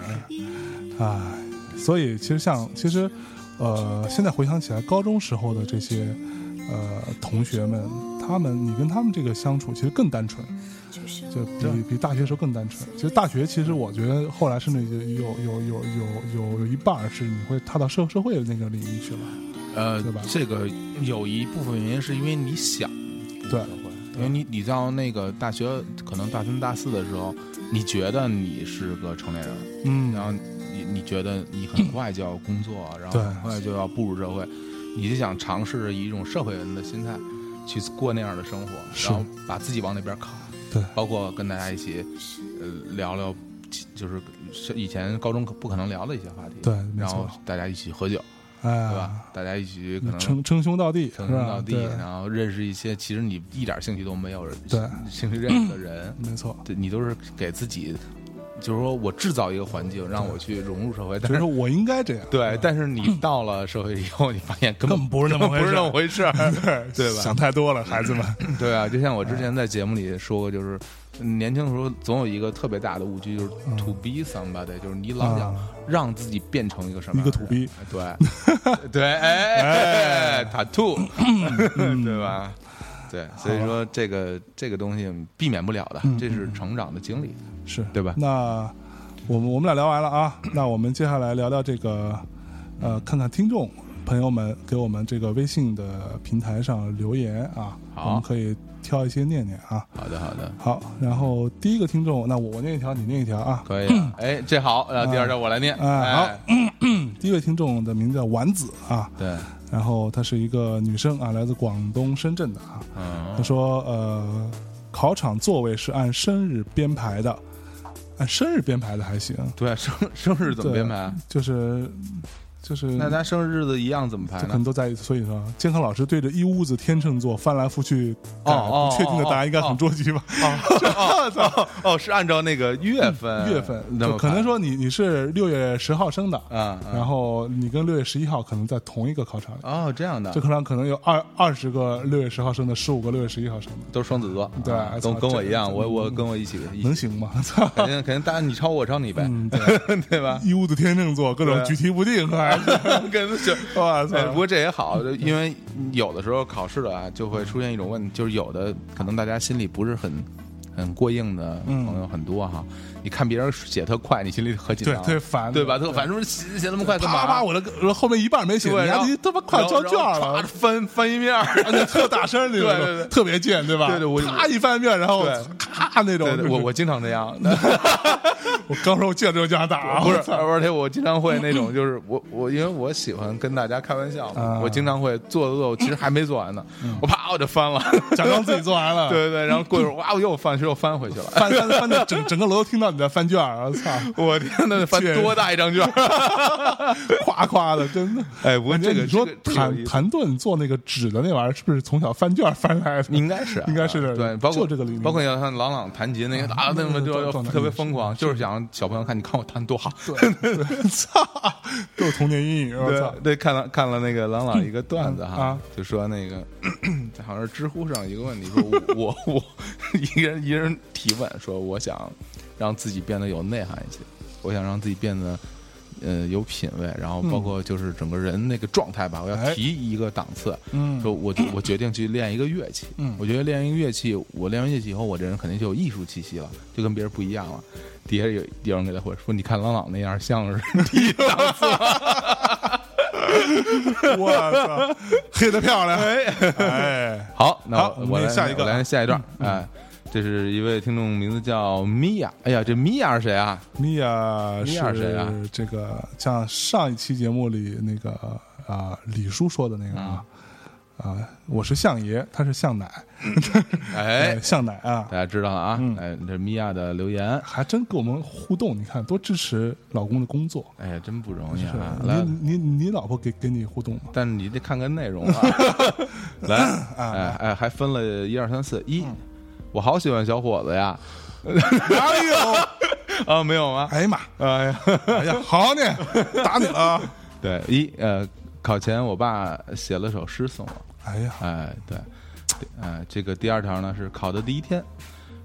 哎，所以其实像其实呃，现在回想起来，高中时候的这些呃同学们，他们你跟他们这个相处其实更单纯。就比比大学时候更单纯。其实大学，其实我觉得后来甚至有有有有有有一半儿是你会踏到社社会的那个领域去了。呃对吧，这个有一部分原因是因为你想进入对社会，因为你你到那个大学，可能大三大四的时候，你觉得你是个成年人，嗯然后你你觉得你 很快就要工作，然后对很快就要步入社会，你就想尝试以一种社会人的心态去过那样的生活，是然后把自己往那边靠。对包括跟大家一起，呃，聊聊，就是是以前高中可不可能聊的一些话题。对没错然后大家一起喝酒，哎，对吧？大家一起可能称称兄道弟，称是兄吧道弟，对然后认识一些其实你一点兴趣都没有，对，兴趣认识的人，没 错。对你都是给自己，就是说我制造一个环境让我去融入社会，但觉是得我应该这样， 对，但是你到了社会以后，你发现根根本本不是那么根本不是那么回事儿，对对吧想太多了，孩子们。 对啊，就像我之哎前在节目里说过，就是嗯年轻的时候总有一个特别大的误区，就是 to be somebody，就是你老想嗯啊让自己变成一个什么一个样的 to be 人，对 对，哎，tattoo，对吧？对，所以啊说这个这个东西避免不了的，嗯这是成长的经历。是嗯对吧那我们我们俩聊完了啊，那我们接下来聊聊这个，呃，看看听众朋友们给我们这个微信的平台上留言啊，好我们可以挑一些念念啊。好的，好的，好，然后第一个听众，那我我念一条，你念一条啊。可以 了。哎，这好，然后第二条我来念。哎好哎，第一位听众的名字叫丸子啊，对，然后她是一个女生啊，来自广东深圳的啊。嗯她说，呃，考场座位是按生日编排的，按生日编排的还行，对，啊生生日怎对么嗯编排？啊就是就是那咱生日日子一样怎么排就可呢能？都在一起。所以说，监考老师对着一屋子天秤座翻来覆去哦改哦不确定的答案，应该很哦捉急吧？哦哦哦， 是按照那个月份，嗯月份呃那就么可能说你你是六月十号生的，啊，嗯然后你跟六月十一号可能在同一个考场里。哦这样的这，考场可能有二二十个六月十号生的，十五个六月十一号生的，都是双子座，对啊操跟跟我这一样，这我我跟我一起，一起能嗯行吗？ 操！肯定肯定，大家你抄我，我抄你呗， 对吧？一屋子天秤座，各种对举棋不定， 还是跟 就哇哎，不哦操！过这也好，因为有的时候考试啊，就会出现一种问题，就是有的可能大家心里不是很很过硬的朋友很多哈，你看别人写特快，你心里可紧嗯对张，特烦，对吧？特反正写写那么快干啪嘛？啪，我的我后面一半没写，对，你然还后你他妈快交卷然后了唰，翻翻一面儿， 而且特大声那种， 对对对特别贱，对吧？对对我啪一翻面，然后对咔那种对，对，就我是我经常这 样， 我刚说我见着就想打，不是我，操而且我经常会那种，就是我我因为我喜欢跟大家开玩笑嘛啊，我经常会做做做，其实还没做完呢，我啪我就翻了， 假装自己做完了，对 对对，然后过一会儿哇我又翻，又翻回去了，翻翻翻的整整个楼都听到你在翻卷儿，我操， 我天呐，翻确实多大一张卷儿？夸夸的，真的。 哎，不过感觉这个你说这个这个有谭意思谭盾做那个纸的那玩意儿，是不是从小翻卷儿翻来的？应该是啊应该是的对，包括就这个理念包括像朗朗弹琴那个啊，那么就状态特别疯狂，就是想让小朋友看，你看我弹多好，对， 操，都有童年阴影，我操对，对，看了看了那个郎朗一个段子哈，啊就说那个 好像是知乎上一个问题，说我我我一个人一人提问，说我想让自己变得有内涵一些。我想让自己变得呃有品位，然后包括就是整个人那个状态吧，我要嗯哎提一个档次。嗯说我我决定去练一个乐器，嗯我觉得练一个乐器，我练完乐器以后，我这人肯定就有艺术气息了，就跟别人不一样了。底下有有人给他回说：“你看郎朗那样像是 第一档次。我操，黑的漂亮，哎”，好，那好我我们我来下一个嗯我来下一段。哎，这是一位听众名字叫米娅。哎呀，这米娅是谁啊？米娅米娅是谁啊是这个像上一期节目里那个啊李叔说的那个啊啊，我是相爷，他是相奶，哎呃，向奶啊大，家知道了啊。哎，这米娅的留言，还真跟我们互动，你看多支持老公的工作。哎呀，真不容易是啊。来，你你你老婆给给你互动吗？但是你得看看内容 啊。来，啊哎哎，还分了一二三四一，嗯我好喜欢小伙子呀！哪有？ 啊，没有吗？哎呀妈！哎呀，哎呀，好呢，打你了啊！对，一呃，考前我爸写了首诗送我，哎呀，哎，对，哎，这个第二条呢是考的第一天。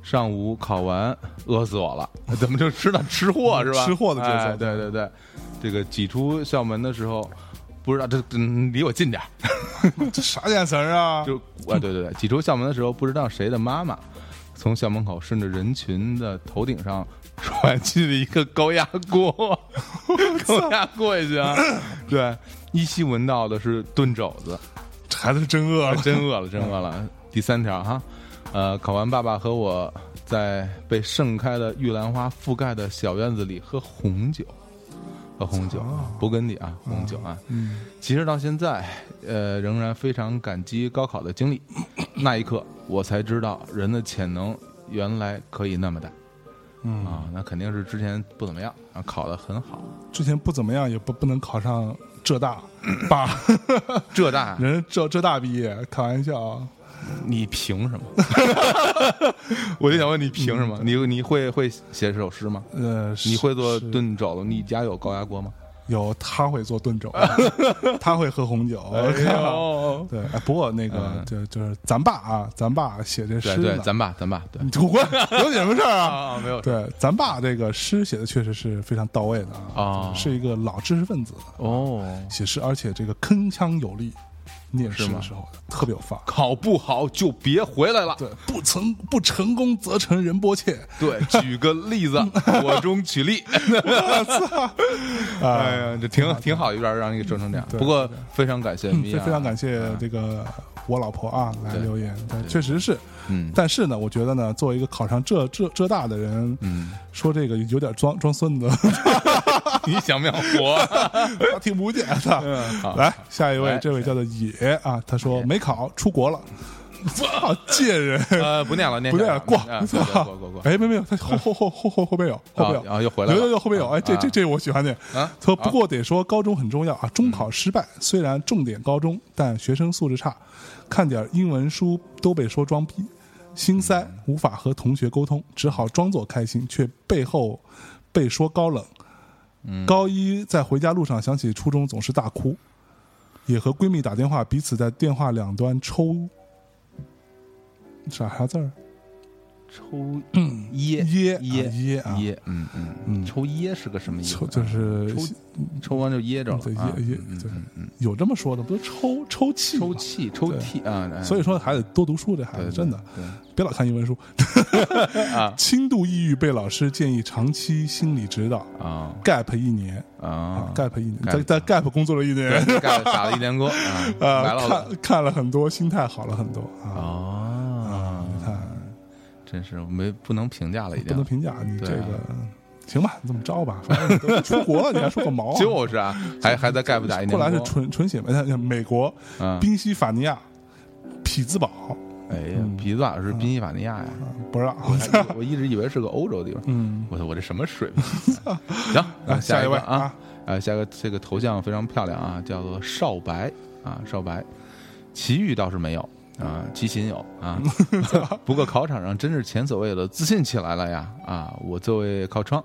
上午考完，饿死我了， 怎么就吃到吃货是吧？吃货的节奏哎对对对，这个挤出校门的时候，不知道这嗯离我 近点儿，这啥眼神啊？ 就啊，对对对，挤出校门的时候，不知道谁的妈妈从校门口顺着人群的头顶上 甩进了一个高压锅， 高压锅也行啊。对，依稀闻到的是炖肘子，这孩子是真饿了。 真饿了，真饿了。第三条哈，呃，考完爸爸和我在被盛开的玉兰花覆盖的小院子里喝红酒，喝红酒，勃艮第啊，红酒啊。哦嗯，其实到现在，呃，仍然非常感激高考的经历。那一刻，我才知道人的潜能原来可以那么大。嗯啊，那肯定是之前不怎么样，然后考得很好。之前不怎么样，也不不能考上浙大， 爸，浙大，啊人浙浙大毕业，开玩笑啊。你凭什么？ 我就想问你凭什么？你你会会写这首诗吗？呃，是你会做是炖肘子？你家有高压锅吗？有他会做 炖肘， 他会喝红酒。哎呦， 嗯对，哎不过那个就就是咱爸啊，咱爸写这诗 对对，呢咱爸咱爸对你滚，有你什么事儿啊？ 啊没有对，咱爸这个诗写的确实是非常到位的啊哦，是一个老知识分子啊哦，写诗，而且这个铿锵有力，念诗是吗的时候特别有范儿。考不好就别回来了。对，不成不成功则成仁波切。啊对，举个例 子，火中取 栗。哎哎，呀，这挺挺好一段，让你给说成这样。对不过 非常感谢啊米非娅，非常感谢这个我老婆啊来嗯对留言，对，确实是。嗯但是呢，我觉得呢，作为一个考上浙浙浙大的人，嗯，说这个有点装装孙子， 你想不想活？ 他听不见的。嗯好来，下一位来，这位叫做野啊，他说没考，出国了。 操，贱人！呃，不念了，念不对下，过啊对对过过过。哎，没没有，他后后后后后后边有，后边有，啊啊又回来了有有有后边有，哎，这啊这这我喜欢点啊嗯他说不过得说高中很重要啊，中考失败虽然重点高中，但学生素质差，看点英文书都被说装逼，心塞，嗯无法和同学沟通，只好装作开心，却背后被说高冷。高一在回家路上想起初中，总是大哭，也和闺蜜打电话，彼此在电话两端抽。啥啥字儿？抽噎噎噎啊噎啊噎，嗯嗯，抽噎是个什么意思抽啊？就是抽抽完就噎着了对，啊也也嗯对嗯，有这么说的，不是抽抽气抽吗？气抽对屉啊，哎所以说还得多读书，这孩对子对真的对 别老看英文书。啊轻度抑郁被老师建议长期心理指导啊，gap 一年啊， ，gap 一年， gap 在在 gap 工作了一年， 对盖打了一连锅啊，来呃，了看看了很多，心态好了很多啊。啊，你看，真是没不能评价了，已不能经。评价你对这啊个，行吧，你这么着吧，反正你都出国了，你还说个毛啊？就是啊，还还在盖不打一年过锅。来是纯纯血美，美国嗯宾夕法尼亚匹兹堡，哎呀，嗯比兹瓦是宾夕法尼亚呀，啊不让。哎我一直以为是个欧洲地方。嗯，我操，我这什么水平？行，来下下一个位啊啊，呃，下个这个头像非常漂亮啊，叫做少白啊，少白，奇遇倒是没有。啊，齐秦有 啊，不过考场上真是前所未有的自信起来了呀！啊，我作为靠窗，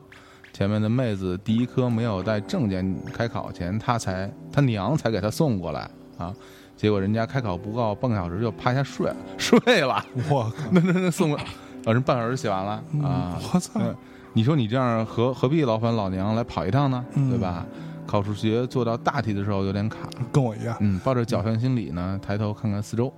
前面的妹子第一科没有带证件，开考前她才她娘才给她送过来啊， 结果人家开考不到半个小时就趴下睡了，睡了，我靠， 那那那送过，啊，人半小时写完了、嗯啊！我操对你说你这样何何必劳烦老娘来跑一趟呢？嗯对吧？考数学做到大题的时候有点卡，跟我一样，嗯，抱着侥幸心理呢，抬头看看四周，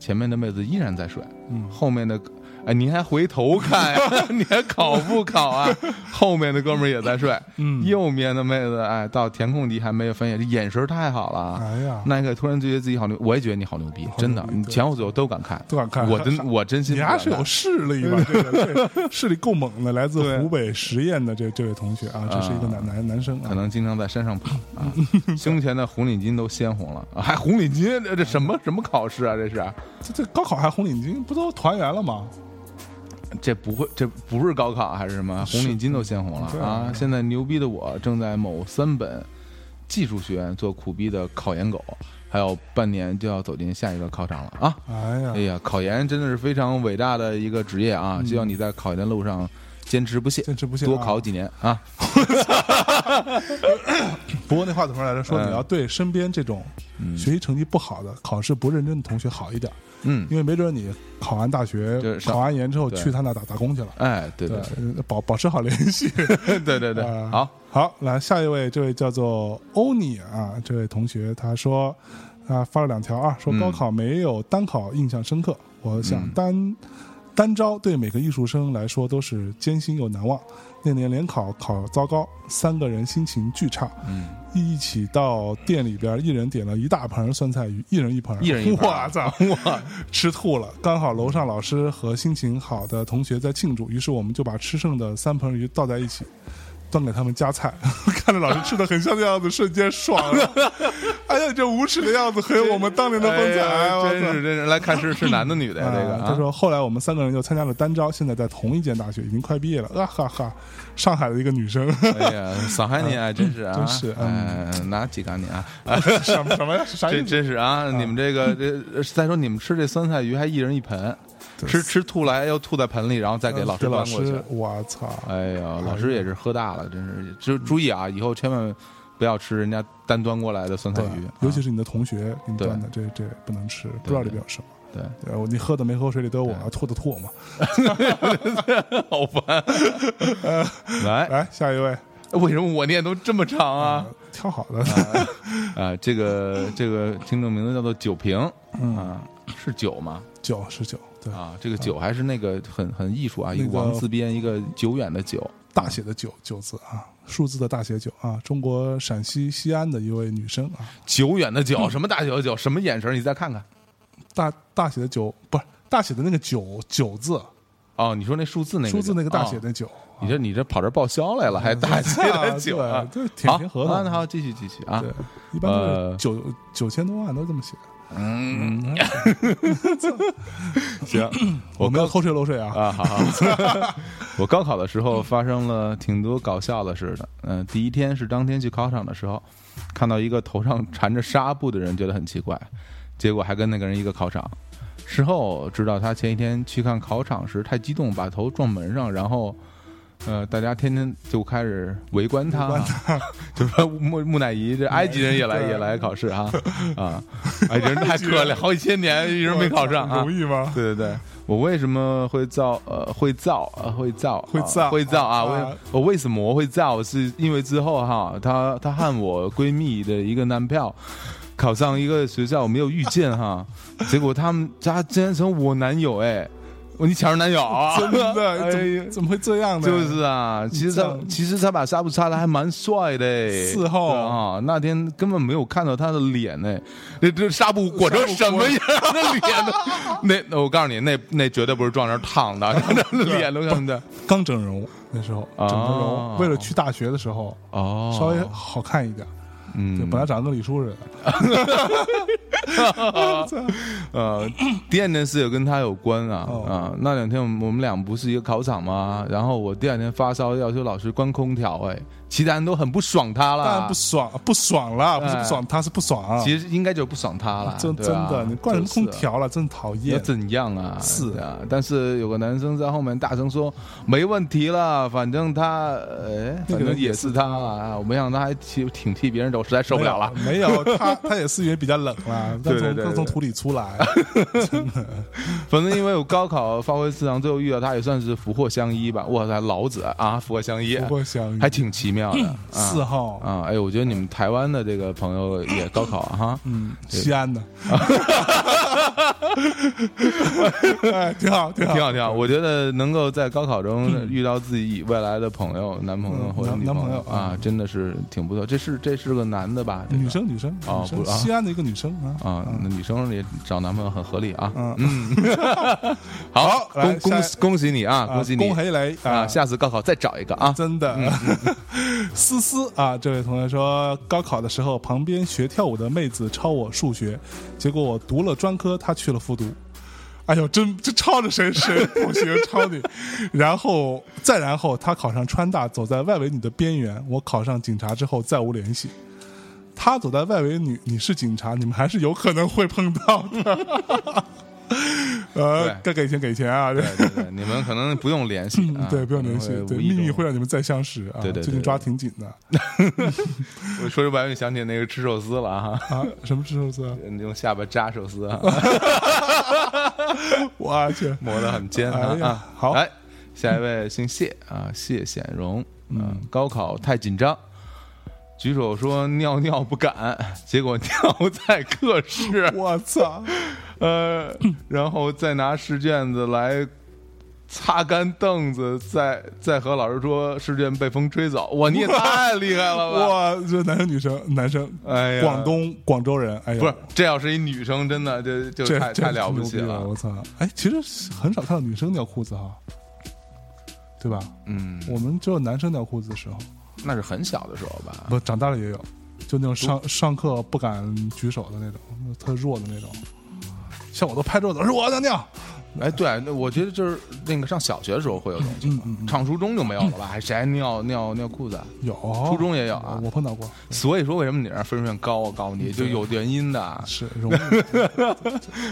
前面的妹子依然在甩，嗯后面的，哎，您还回头看呀？ 你还考不考啊？后面的哥们儿也在帅，嗯右面的妹子，哎，到填空题还没有分野，这眼神太好了啊！哎呀，那一刻突然就觉得自己好牛，我也觉得你好牛逼，好真牛的逼，你对前后左右都敢看，都敢看我还 真我真心你不还敢是看有势力吧？这个这势力够猛的，来自对湖北十堰的这这位同学啊，这是一个男男男生可啊，能经常在山上跑 啊，胸前的红领巾都鲜红了，啊还红领巾，这这什么什么考试啊？这是，这这高考还红领巾，不都团圆了吗？这不会，这不是高考还是什么？是红领巾都鲜红对了啊啊！现在牛逼的我正在某三本技术学院做苦逼的考研狗，还有半年就要走进下一个考场了啊！哎呀哎，呀，考研真的是非常伟大的一个职业啊！希望你在考研的路上坚持不懈，嗯坚持不懈啊多考几年啊！不过那话怎么来着？说你要嗯对身边这种学习成绩不好的、考试不认真的同学好一点，嗯，因为没准你考完大学就是、上考完研之后对去他那打打工去了。哎，对对对，保保持好联系。对对对对，啊好，好，来下一位，这位叫做欧尼啊，这位同学他说啊发了两条啊，说嗯高考没有单考印象深刻，我想单、单招对每个艺术生来说都是艰辛又难忘。那年联考考糟糕，三个人心情巨差，嗯，一起到店里边，一人点了一大盆酸菜鱼，一人一盆，一人一盆哇操，哇，吃吐了。刚好楼上老师和心情好的同学在庆祝，于是我们就把吃剩的三盆鱼倒在一起。端给他们夹菜， 看着老师吃的很香的样子，瞬间爽了。 哎呀，你这无耻的样子，很有我们当年的风采。啊哎呀我操真是真是，来看是是男的女的呀这个啊啊，他说后来我们三个人又参加了单招，现在在同一间大学，已经快毕业了。啊哈哈，上海的一个女生，哎呀，伤害你啊，真是啊，真是嗯哎，拿几杆你啊，什么什么呀？啥这意思？真是啊，你们这个这再说你们吃这酸菜鱼还一人一盆，吃吃吐来又吐在盆里，然后再给老师啊给老端过去师，，我操！哎呀，老师也是喝大了，真是就注意啊，以后千万不要吃人家单端过来的酸菜对鱼，，尤啊其是你的同学给你对端的，这这不能吃，不知道里边有什么。 对，对，我你喝的没喝，水里都有我，啊吐的吐我嘛。好烦。 来，来哎下一位，为什么我念都这么长啊？挑好的，啊，这个这个听众名字叫做酒瓶嗯啊，是酒吗？ 九十九，对，啊，这个酒还是那个很很艺术啊，一个那个王字边，一个久远的久。大写的九九字啊，数字的大写九啊，中国陕西西安的一位女生啊，久远 的久，什么大久的久，什么眼神儿？你再看看。大大写的九不是大写的那个九九字，哦，你说那数字那个数字那个大写哦的九，你这你这跑这报销来了，还大 写的久啊？对，对舔鞋盒好啊，的那好，继续继续啊对。，一般都呃是九九千多万都这么写。嗯， 行，我我没有高偷税漏税啊，啊，好好。我高考的时候发生了挺多搞笑的事的。嗯、第一天是当天去考场的时候，看到一个头上缠着纱布的人，觉得很奇怪，结果还跟那个人一个考场。事后知道他前一天去看考场时太激动，把头撞门上，然后。呃，大家天天就开始围观他， 就说木木乃伊这埃及人也来也来考试 啊啊，埃及人太可怜，好几千年一直没考上 啊，容易吗？对对对，我为什么会造呃会造呃会造会造啊会造啊？啊为我为什么会造？是因为之后哈，她她和我闺蜜的一个男票考上一个学校，我没有遇 见哈，结果他们他竟然成我男友哎，我你抢人男友啊？真的，哎怎呀么怎么会这样呢？ 就是啊，其实这他样其实他把纱布擦的还蛮帅的哎，四号对啊，那天根本没有看到他的脸呢，这这纱布裹成什么样 的脸呢？那那我告诉你，那那绝对不是撞那儿烫 的，那脸都看不见。刚整容那时候，啊整过容，为了去大学的时候哦，稍微好看一点，嗯对，本来长得跟李叔似的，呃，第二件事也跟他有关啊哦啊、那两天我们我们俩不是一个考场吗？然后我第二天发烧，要求老师关空调，哎，其他人都很不爽他了。当然不爽，不爽了，不是啊哎不爽，他是不爽啊，其实应该就是不爽他了，真对真吧的，你灌什么就是啊空调了，真讨要厌。怎样啊？是对啊，但是有个男生在后面大声说：“没问题了，反正他，哎，那反个人正也是他啊。”我没想到他还挺挺替别人着，我实在受不了了。 没有，没有他他也是因为比较冷啦，啊，对刚对从对刚对从土里出 来，反正因为我高考发挥失常，最后遇到他也算是福祸相依吧。哇塞，老子啊，福祸相依，不过想还挺奇妙的。四啊号，啊，哎，我觉得你们台湾的这个朋友也高考啊哈，嗯，西安 的，哎，挺好，挺好， 挺 好挺好。我觉得能够在高考中遇到自己未来的朋友、男朋友嗯或者男女男朋朋友友啊，真的是挺不错。这是这是个男的吧？这个女生，女生，哦女生不是啊西安的一个女生啊，啊，那女生也找男朋友很合理啊。嗯， 好，来恭恭下喜恭喜你啊，啊恭喜你恭喜雷啊！下次高考再找一个啊。嗯真的， 思思啊，这位同学说，高考的时候旁边学跳舞的妹子抄我数学，结果我读了专科，她去了复读。哎呦，真这抄着谁谁不行，抄你。然后再然后，她考上川大，走在外围女的边缘。我考上警察之后再无联系。她走在外围女，你是警察，你们还是有可能会碰到的。 呃，该给钱给钱啊！对对 对，你们可能不用联系，啊嗯，对，不要联系可能，对，无意秘密中会让你们再相识啊。对对对最近抓挺紧的我说白了，想起那个吃寿司了啊， 啊，什么吃寿司啊？你用下巴扎寿司啊，我去，磨得很尖啊哎呀啊。好来下一位姓谢啊，谢显荣，嗯，高考太紧张。举手说尿尿不敢，结果尿在课室，我操！ 呃，然后再拿试卷子来擦干凳子，再再和老师说试卷被风吹走。哇，你也太厉害了吧！哇，这男生女生，男生，哎呀广东广州人，哎呀，不是，这要是一女生，真的这就这太这太了不起牛逼了了，。我操！哎，其实很少看到女生尿裤子哈，对吧？嗯，我们只有男生尿裤子的时候，那是很小的时候吧？不，长大了也有，就那种上上课不敢举手的那种，特弱的那种，像我都拍桌子，说我尿尿，哎，对，那我觉得就是那个上小学的时候会有这种嗯情况，上初中就没有了吧？还谁还尿尿尿裤子啊？有，初中也有啊哦我碰到过，所以说为什么你那分数线高啊高，你就有原因的。是容 易。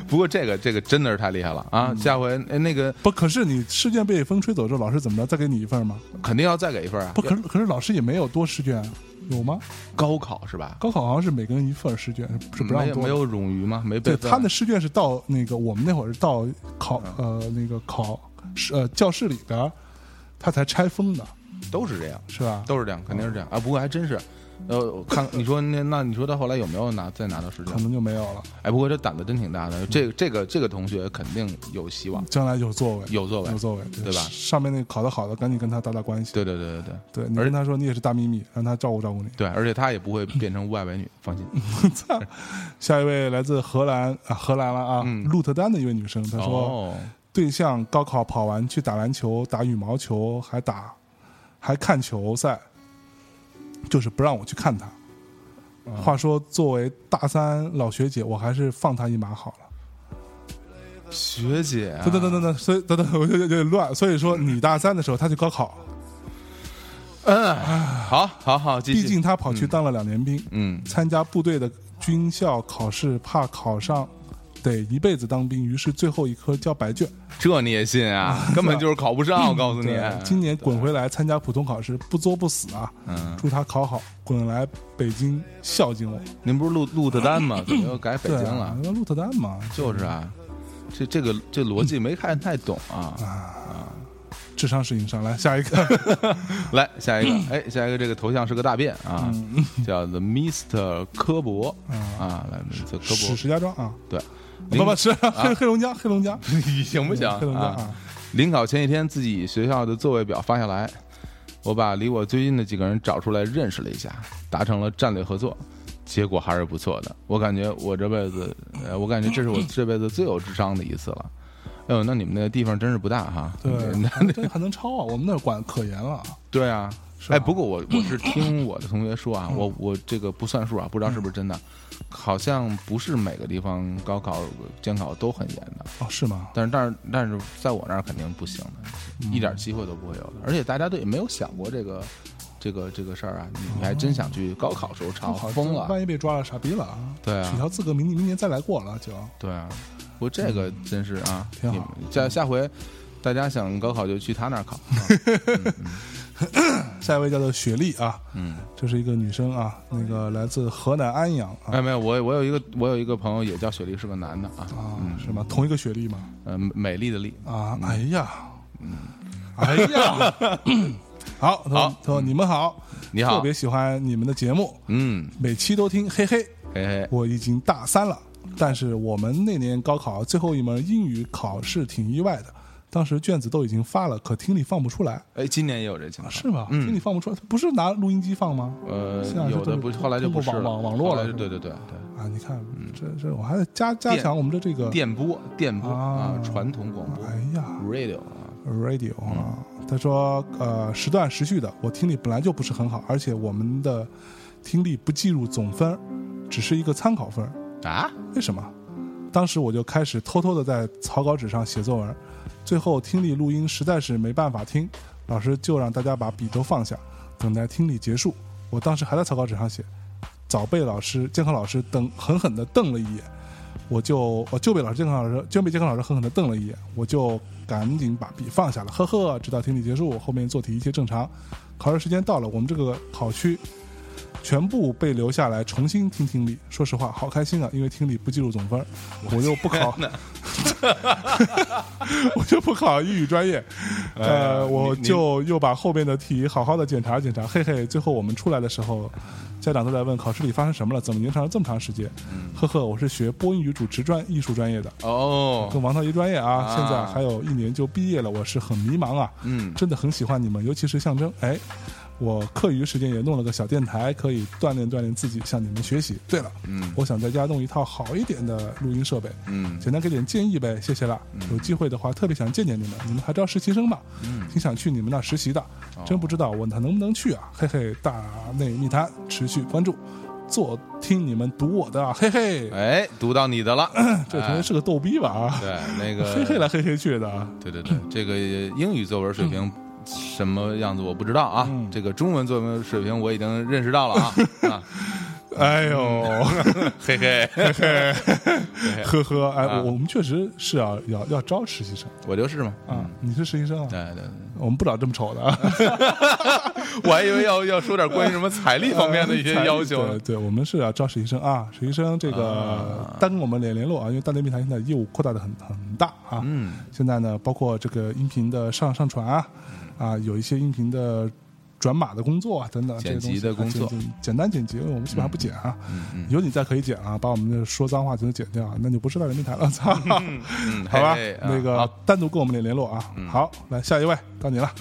不过这个这个真的是太厉害了嗯啊！下回哎那个不，可是你试卷被风吹走之后，老师怎么着？再给你一份吗？肯定要再给一份啊！不，可是可是老师也没有多试卷啊，有吗？高考是吧？高考好像是每个人一份试卷，是不没让有多的。没有冗余吗？没啊对，备份他的试卷是到那个我们那会儿是到考嗯呃那个考试呃教室里边儿，他才拆封的，都是这样，是吧？都是这样，肯定是这样啊！不过还真是，呃，我看你说那那你说他后来有没有拿再拿到试卷可？能就没有了，哎，不过这胆子真挺大嗯的，这个这个这个同学肯定有希望，将来有作为，有作为有作为，对吧上面那个考得好的，赶紧跟他搭搭关系。对对对对对对，你跟他说你也是大秘密，让他照顾照顾你。对，而且他也不会变成外围女，放心。 操！嗯下一位来自荷兰啊，荷兰了啊，鹿特丹的一位女生，她说。哦，对象高考跑完去打篮球、打羽毛球，还打还看球赛，就是不让我去看他。哦话说，作为大三老学姐，我还是放他一马好啊了。学姐啊、等等等等等，所以等等，我就有点乱。所以说，你大三的时候，他去高考，嗯好好好，继毕续。竟他跑去当了两年兵，嗯，参加部队的军校考试，怕考上得一辈子当兵，于是最后一科交白卷。这你也信啊？根本就是考不上，我告诉你。啊对今年滚回来参加普通考试，不作不死啊！嗯祝他考好，滚来北京孝敬我。您不是录录的单吗？怎么又改北对京啊了？，那鹿特丹嘛，就是啊，这这个这逻辑没看太懂啊。智商是硬伤。来下一 个，来下一个，哎，下一个这个头像是个大便啊，叫 The Mister 科博啊，来 Mister 是科石家庄啊，博，对，不不是 黑黑龙江，黑龙江，你行不行 黑龙江啊？啊，临考前一天，自己学校的座位表发下来，我把离我最近的几个人找出来认识了一下，达成了战略合作，结果还是不错的。我感觉我这辈子，呃，我感觉这是我这辈子最有智商的一次了。哎呦，那你们那个地方真是不大哈。对，那还能还能抄啊，我们那儿管可严了啊。 对啊，吧嗯哎，不过我我是听我的同学说啊，我我这个不算数啊，不知道是不是真的，好像不是每个地方高考监考都很严的，哦，是吗？但是但是但是在我那儿肯定不行的，嗯一点机会都不会有的，而且大家都也没有想过这个。这个这个事儿啊，你你还真想去高考时候不抄好疯了？万一被抓了，傻逼了啊！对啊取消资格，明明年再来过了就。对啊，不过这个真是啊，嗯挺好 你们下下回大家想高考就去他那儿考。啊下一位叫做雪莉啊，嗯，这是一个女生啊，那个来自河南安阳啊，哎，没有，我我有一个我有一个朋友也叫雪莉，是个男的啊，啊，是吗？同一个雪莉吗？嗯，美丽的丽，啊，哎呀，哎呀， 好，他说好他说你们好，你好特别喜欢你们的节目，嗯，每期都听，嘿嘿，嘿嘿，我已经大三了，但是我们那年高考最后一门英语考试挺意外的，当时卷子都已经发了，可听力放不出来，哎，今年也有这情况，是吗？嗯听力放不出来，不是拿录音机放吗？呃现在，是有的都不是后来就通过不是网了网网络后来了就是对对对对，啊，你看这这，我还得加加电强我们的这个，电波电波啊啊，传统广播哎呀。 radio 啊， radio 啊，他说呃时断时续的，我听力本来就不是很好，而且我们的听力不计入总分儿，只是一个参考分儿。啊，为什么？当时我就开始偷偷的在草稿纸上写作文，最后听力录音实在是没办法听，老师就让大家把笔都放下，等待听力结束。我当时还在草稿纸上写，早被老师监考老师瞪狠狠的瞪了一眼，我就我就被老师监考老师就被监考老师狠狠的瞪了一眼，我就赶紧把笔放下了，呵呵，直到听力结束，后面做题一切正常。考试时间到了，我们这个考区全部被留下来重新听听力。说实话，好开心啊，因为听力不计入总分儿，我又不考， 我就不考英语专业，呃，我就又把后面的题好好的检查检查，嘿嘿。最后我们出来的时候，家长都在问考试里发生什么了，怎么延长了这么长时间？呵呵，我是学播音与主持专艺术专业的，哦跟，王涛一专业啊，啊现在还有一年就毕业了，我是很迷茫啊，嗯真的很喜欢你们，尤其是象征，哎，我课余时间也弄了个小电台，可以锻炼锻炼自己，向你们学习。对了，嗯我想在家弄一套好一点的录音设备，嗯简单给点建议呗，谢谢啦。有机会的话，特别想见见你们，你们还招实习生吗？嗯，哦挺想去你们那实习的，真不知道我能不能去啊，嘿嘿，大内密谈持续关注，坐听你们读我的啊，嘿嘿，哎，读到你的了， 哎这同学是个逗逼吧啊？对那嘿嘿个，来嘿嘿去的啊，对对对，这个英语作文水平。什么样子我不知道啊，嗯这个中文作文水平我已经认识到了 啊，啊哎呦， 嘿嘿，呵呵，哎，啊我我们确实是要要要招实习生我就是嘛，啊，你是实习生啊，嗯对对对，我们不找这么丑的啊， 我还以为要要说点关于什么财力方面的一些要求 对呢，对，我们是要招实习生啊，实习生这个单跟我们联联络啊，因为大内密谈现在业务扩大的很很大啊，嗯，现在呢，包括这个音频的上上传啊，嗯啊，有一些音频的转码的工作啊，等等，剪辑这些东西的工作啊简简简单剪辑，因为我们基本上不剪啊，嗯有你在可以剪啊，把我们的说脏话全都剪掉啊，那就不是大内密谈了， 操，嗯，好吧嘿嘿，啊哎那个好嗯单独跟我们联联络啊，好，来下一位到你了，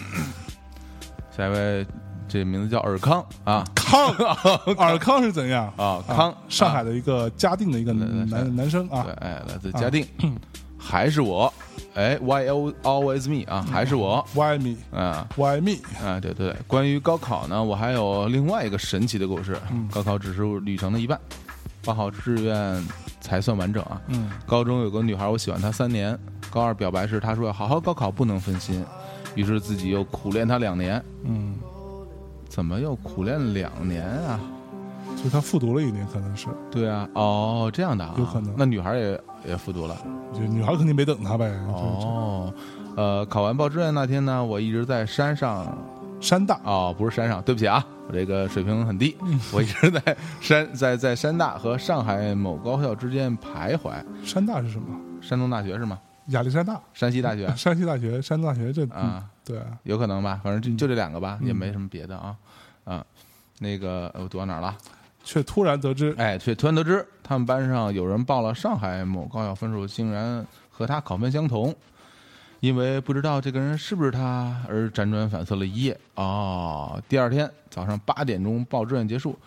下一位，这名字叫尔 康啊康， 尔康是怎样？啊啊康，上啊海的一个嘉定的一个对男男生啊对，，哎，来自 嘉定，还是我，哎，Y O always me 嗯啊，还是我， Why me? 啊 Why me? 啊，对对，对关于高考呢，我还有另外一个神奇的故事，嗯高考只是旅程的一半，报好志愿才算完整啊。嗯，高中有个女孩，我喜欢她三年，高二表白时她说要好好高考，不能分心，于是自己又苦练她两年，嗯，怎么又苦练两年啊？所以他复读了一年，可能是，对啊，哦，这样的、啊，有可能那女孩也也复读了。就女孩肯定没等他呗。就是哦，呃，考完报志愿那天呢，我一直在山上，山大，哦，不是山上，对不起啊，我这个水平很低，我一直在山 在在山大和上海某高校之间徘徊。山大是什么？山东大学是吗？亚历山大，山西 大学山西大学，山东大学这，嗯啊，对啊，有可能吧，反正就就这两个吧，也没什么别的啊，啊。那个呃我读到哪儿了？却突然得知，哎，却突然得知，他们班上有人报了上海某高校，分数竟然和他考分相同，因为不知道这个人是不是他，而辗转反侧了一夜。哦，第二天早上八点钟报志愿结束，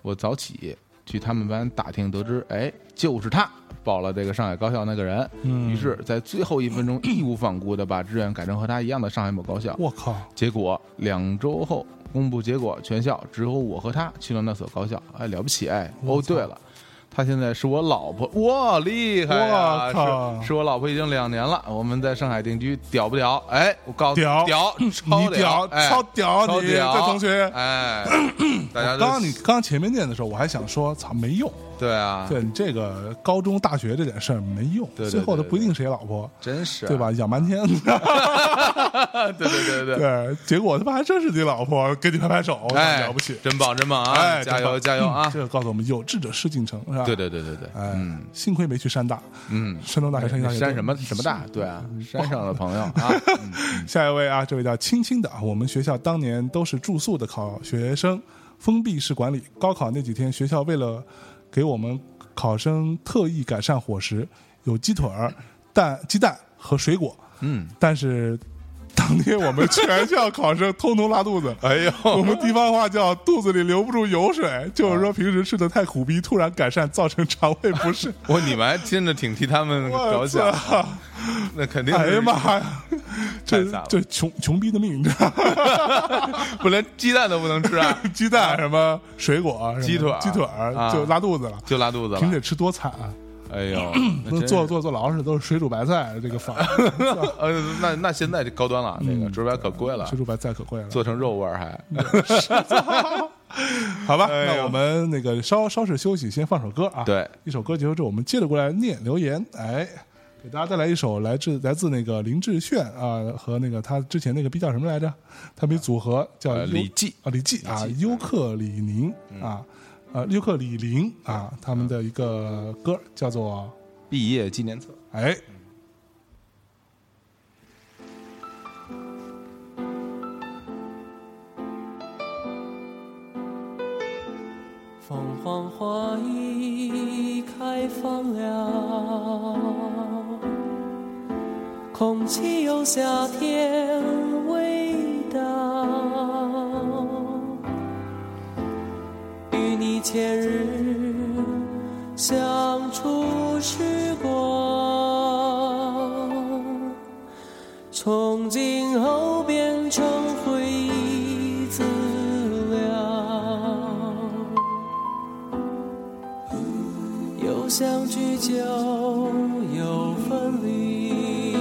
我早起去他们班打听，得知，哎，就是他报了这个上海高校那个人。嗯于是，在最后一分钟义无反顾的把志愿改成和他一样的上海某高校。我靠，结果两周后公布结果，全校只有我和他去了那所高校。哎，了不起哎！我哦，操对了，她现在是我老婆，哇，厉害哇呀！靠是是我老婆已经两年了，我们在上海定居，屌不屌？哎，我告诉屌屌，你超屌， 哎超屌超你，屌，这同学。 哎，大家刚都刚你刚刚前面念的时候，我还想说，操，没用。对啊，对你这个高中、大学这点事儿没用，对对最后都对不一定谁老婆，真是啊对？吧？养半天， 对对对对。对，结果他妈还真是你老婆，给你拍拍手，哎，了不起。真棒，真棒啊！哎，加真油，棒加油啊嗯！这个告诉我们，有志者事竟成，是吧？对。对对对对，哎嗯，幸亏没去山大，嗯，山东大学山下山什么什么大？对啊，嗯山上的朋友 啊，嗯下一位啊，这位叫青青的，啊，我们学校当年都是住宿的考学生，封闭式管理。高考那几天，学校为了给我们考生特意改善伙食，有鸡腿 儿、蛋、鸡蛋和水果。嗯，但是当天我们全校考生通通拉肚子。哎呦， 我们地方话叫肚子里留不住油水，就是说平时吃的太苦逼，突然改善造成肠胃不 适。 我你们还真的挺替他们着我想操，！那肯定是哎呀妈呀，这太惨了这穷穷逼的命，你 知道吗？ 不连鸡蛋都不能吃 啊，鸡蛋什么水果什么鸡腿儿鸡腿儿啊就拉肚子了。就拉肚子平时得了。吃多惨啊！哎 呦，那真是做 做坐牢似的，都是水煮白菜这个法儿， 呃，那那现在就高端了，那嗯个猪肉可贵了水，煮白菜可贵了。做成肉味儿还。好吧，哎呦那我们那个稍稍事休息，先放首歌啊。对，一首歌结束之后，我们接着过来念留言。哎，给大家带来一首来自来自那个林志炫啊和那个他之前那个 B 叫什么来着？他们一组合叫呃优李记嗯啊，李记啊，尤克里宁啊，呃，尤克里林啊，他们的一个歌叫做毕业纪念册，哎。凤凰花已开放了，空气有夏天味道。与你前日相处时光，从今后变成回忆资料。有相聚就有分离，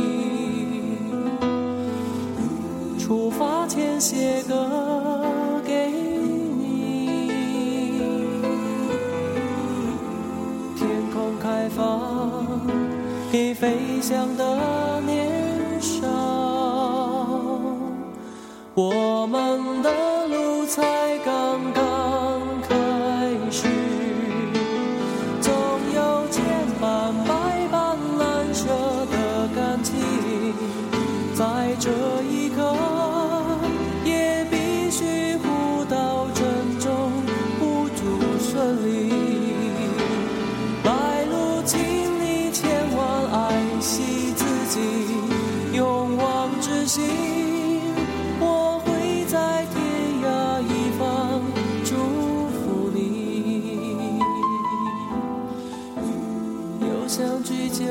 出发前写歌给你，天空开放给飞翔的年少，我们的路才刚刚开始。总有千般百般难舍的感情，在这一刻也必须互道珍重，互助顺利。来路，请你千万爱惜自己，勇往直行。我会在天涯一方祝福你。有相聚就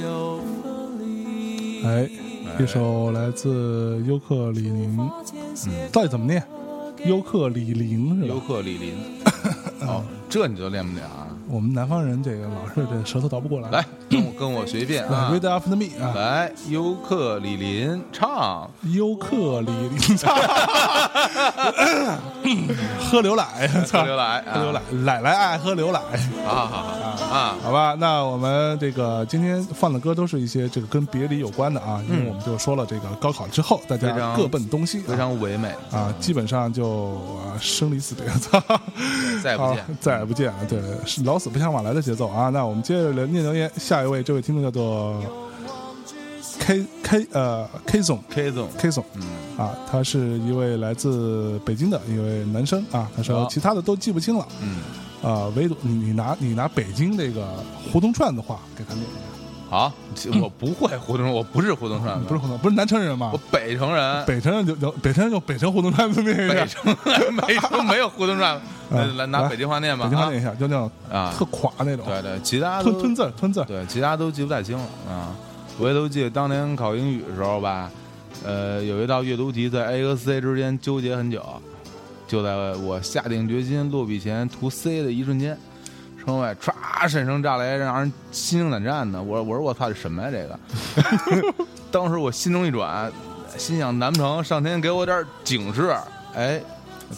有分离。哎，一首来自尤克里林，到底怎么念？尤克里林是尤吧？克 里林。哦，这你就练不了啊！我们南方人这个老是这舌头倒不过来。来，跟我跟我随便对啊！ ，Read after me 啊，来，尤克里林 唱，尤克里林，喝牛奶，喝操牛奶，啊喝牛奶，奶奶爱喝牛奶。 啊，好好好啊，好吧，那我们这个今天放的歌都是一些这个跟别离有关的啊，因为我们就说了这个高考之后大嗯非家常各奔东西啊，非常唯美，啊，基本上就啊生离死别， 操，再也不见啊再也不见了，对，是老死不相往来的节奏啊。那我们接着来念留言，下一位这位听众叫做 K K 呃 K 总 K 总， K 总，啊，他是一位来自北京的一位男生啊，他说好其他的都记不清了，嗯，啊，唯独你你拿你拿北京这个胡同串的话给他念一下，好，这我不会胡同，我不是胡同串不是胡子，同，不是南城人吗我？北城人，北城人就就北城人就北城胡同串子念一下，北城没有没有胡同串子，来来拿北京话念吧，北京话啊念一下，就那种啊特垮那种，对对，其他都吞吞字儿吞字儿，对，其他都记不太清了啊。我也都记得当年考英语的时候吧，呃，有一道阅读题在 A 和 C 之间纠结很久，就在我下定决心落笔前涂 C 的一瞬间，窗外唰闪声炸雷，让人心惊胆战的。我说我说我操，这什么呀这个？ 当时我心中一转，心想难不成上天给我点警示？哎，